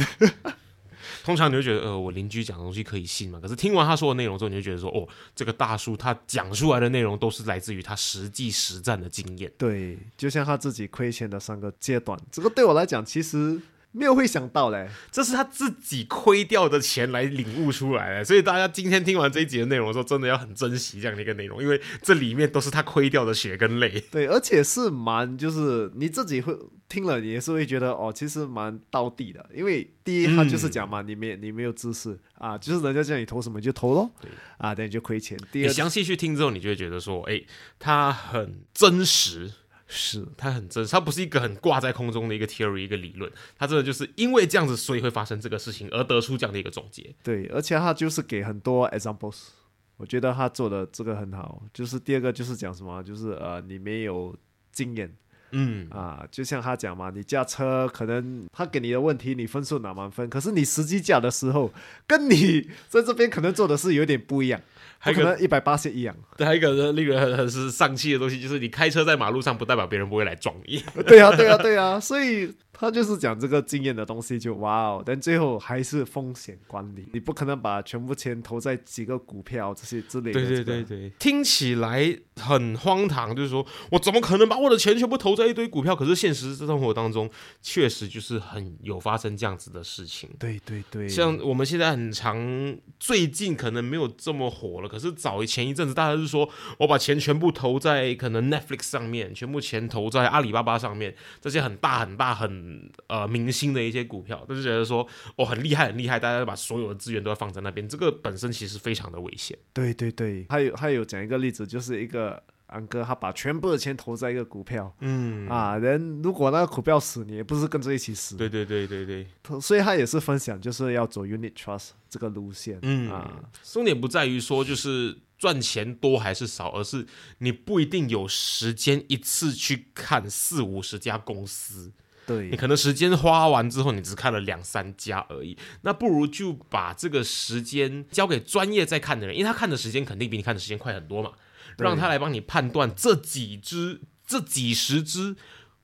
Speaker 2: 通常你会觉得，
Speaker 4: 哦
Speaker 2: 呃，我邻居讲的东西可以信嘛？可是听完他说的内容之后，你就觉得说，哦，这个大叔他讲出来的内容都
Speaker 4: 哦
Speaker 2: 是来自于他实际实战的经验。
Speaker 3: 对，就像他自己亏钱的三个阶段，这个对我来讲其实没有会想到嘞。
Speaker 4: 这是他自己亏掉的钱来领悟出来的，所以大家今天听完这一集的内容的时候，真的要很珍惜这样的一个内容，因为这里面都是他亏掉的血跟泪。
Speaker 3: 对，而且是蛮就是你自己会听了，你也是会觉得哦，其实蛮到地的。因为第一，他就是讲嘛，你没你没有知识啊，就是人家叫你投什么你就投咯，啊，等你就亏钱。第
Speaker 2: 你
Speaker 3: 二
Speaker 2: 详细去听之后，你就会觉得说，哎，他很真实，
Speaker 3: 是
Speaker 2: 他很真实，他不是一个很挂在空中的一个 theory 一个理论，他真的就是因为这样子，所以会发生这个事情，而得出这样的一个总结。
Speaker 3: 对，而且他就是给很多 examples，我觉得他做的这个很好。就是第二个就是讲什么，就是呃，你没有经验
Speaker 2: 嗯，
Speaker 3: 啊，就像他讲嘛，你驾车可能他给你的问题，你分数拿满分，可是你实际驾的时候，跟你在这边可能做的是有点不一样，
Speaker 2: 还
Speaker 3: 不
Speaker 2: 有
Speaker 3: 可
Speaker 2: 一个
Speaker 3: 能一百八十一样。
Speaker 2: 对还有一个令人很很是丧气的东西，就是你开车在马路上，不代表别人不会来撞你。
Speaker 3: 对啊，对啊，对啊， 所以他就是讲这个经验的东西就，哇哦，但最后还是风险管理，你不可能把全部钱投在几个股票这些之 类的、这个
Speaker 2: 对，听起来很荒唐，就是说我怎么可能把我的钱全部投在一堆股票？可是现实生活当中，确实就是很有发生这样子的事情。
Speaker 3: 对对对，
Speaker 2: 像我们现在很常，最近可能没有这么火了，可是早以前一阵子，大家是说我把钱全部投在可能 Netflix 上面，全部钱投在阿里巴巴上面，这些很大很大很呃明星的一些股票，都是觉得说哦很厉害很厉害，大家把所有的资源都要放在那边，这个本身其实非常的危险。
Speaker 3: 对对对，还有还有讲一个例子，就是一个安哥，他把全部的钱投在一个股票，嗯啊，人如果那个股票死，你也不是跟着一起死，
Speaker 2: 对对对对对，
Speaker 3: 对，所以他也是分享就是要走 unit trust 这个路线，嗯啊，
Speaker 2: 重点不在于说就是赚钱多还是少，而是你不一定有时间一次去看四五十家公司。你
Speaker 3: 对
Speaker 2: 可能时间花完之后，你只看了两三家而已，那不如就把这个时间交给专业在看的人，因为他看的时间肯定比你看的时间快很多嘛，让他来帮你判断这几只、这几十只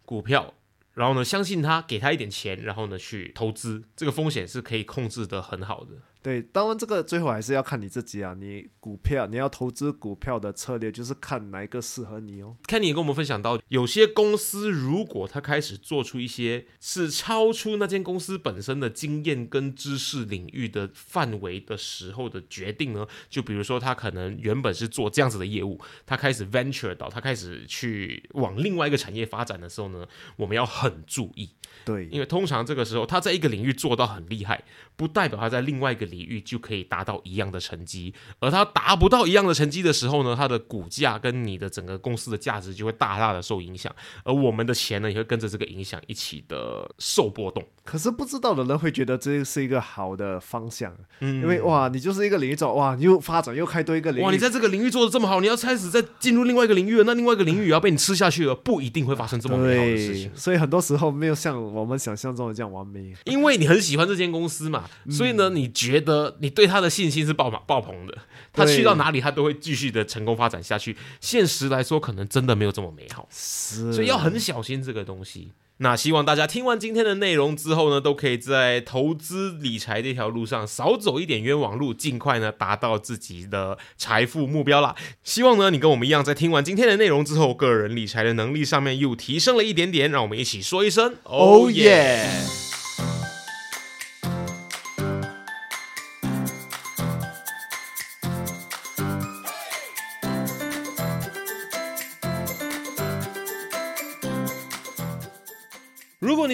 Speaker 2: 股票，然后呢，相信他，给他一点钱，然后呢去投资，这个风险是可以控制的很好的。
Speaker 3: 对，当然这个最后还是要看你自己啊，你股票你要投资股票的策略就是看哪一个适合你哦，
Speaker 2: 看你也跟我们分享到，有些公司如果它开始做出一些是超出那间公司本身的经验跟知识领域的范围的时候的决定呢，就比如说他可能原本是做这样子的业务，他开始 venture 到，他开始去往另外一个产业发展的时候呢，我们要很注意，
Speaker 3: 对
Speaker 2: 因为通常这个时候他在一个领域做到很厉害，不代表他在另外一个领域就可以达到一样的成绩。而他达不到一样的成绩的时候呢，他的股价跟你的整个公司的价值就会大大的受影响，而我们的钱呢也会跟着这个影响一起的受波动。
Speaker 3: 可是不知道的人会觉得这是一个好的方向，因为哇，你就是一个领域走，哇，你又发展又开多一个领域，
Speaker 2: 哇，你在这个领域做的这么好，你要开始再进入另外一个领域了，那另外一个领域也要被你吃下去了，不一定会发生这么美好的事情
Speaker 3: 对，。所以很多时候没有像我们想象中的这样完美。
Speaker 2: 因为你很喜欢这间公司嘛，
Speaker 3: 嗯
Speaker 2: 所以呢，你觉得你对他的信心是爆满爆棚的，他去到哪里他都会继续的成功发展下去。现实来说，可能真的没有这么美好，
Speaker 3: 是
Speaker 2: 所以要很小心这个东西。那希望大家听完今天的内容之后呢，都可以在投资理财这条路上少走一点冤枉路，尽快呢达到自己的财富目标啦。希望呢你跟我们一样，在听完今天的内容之后，个人理财的能力上面又提升了一点点。让我们一起说一声哦
Speaker 3: Oh yeah！
Speaker 2: 如果你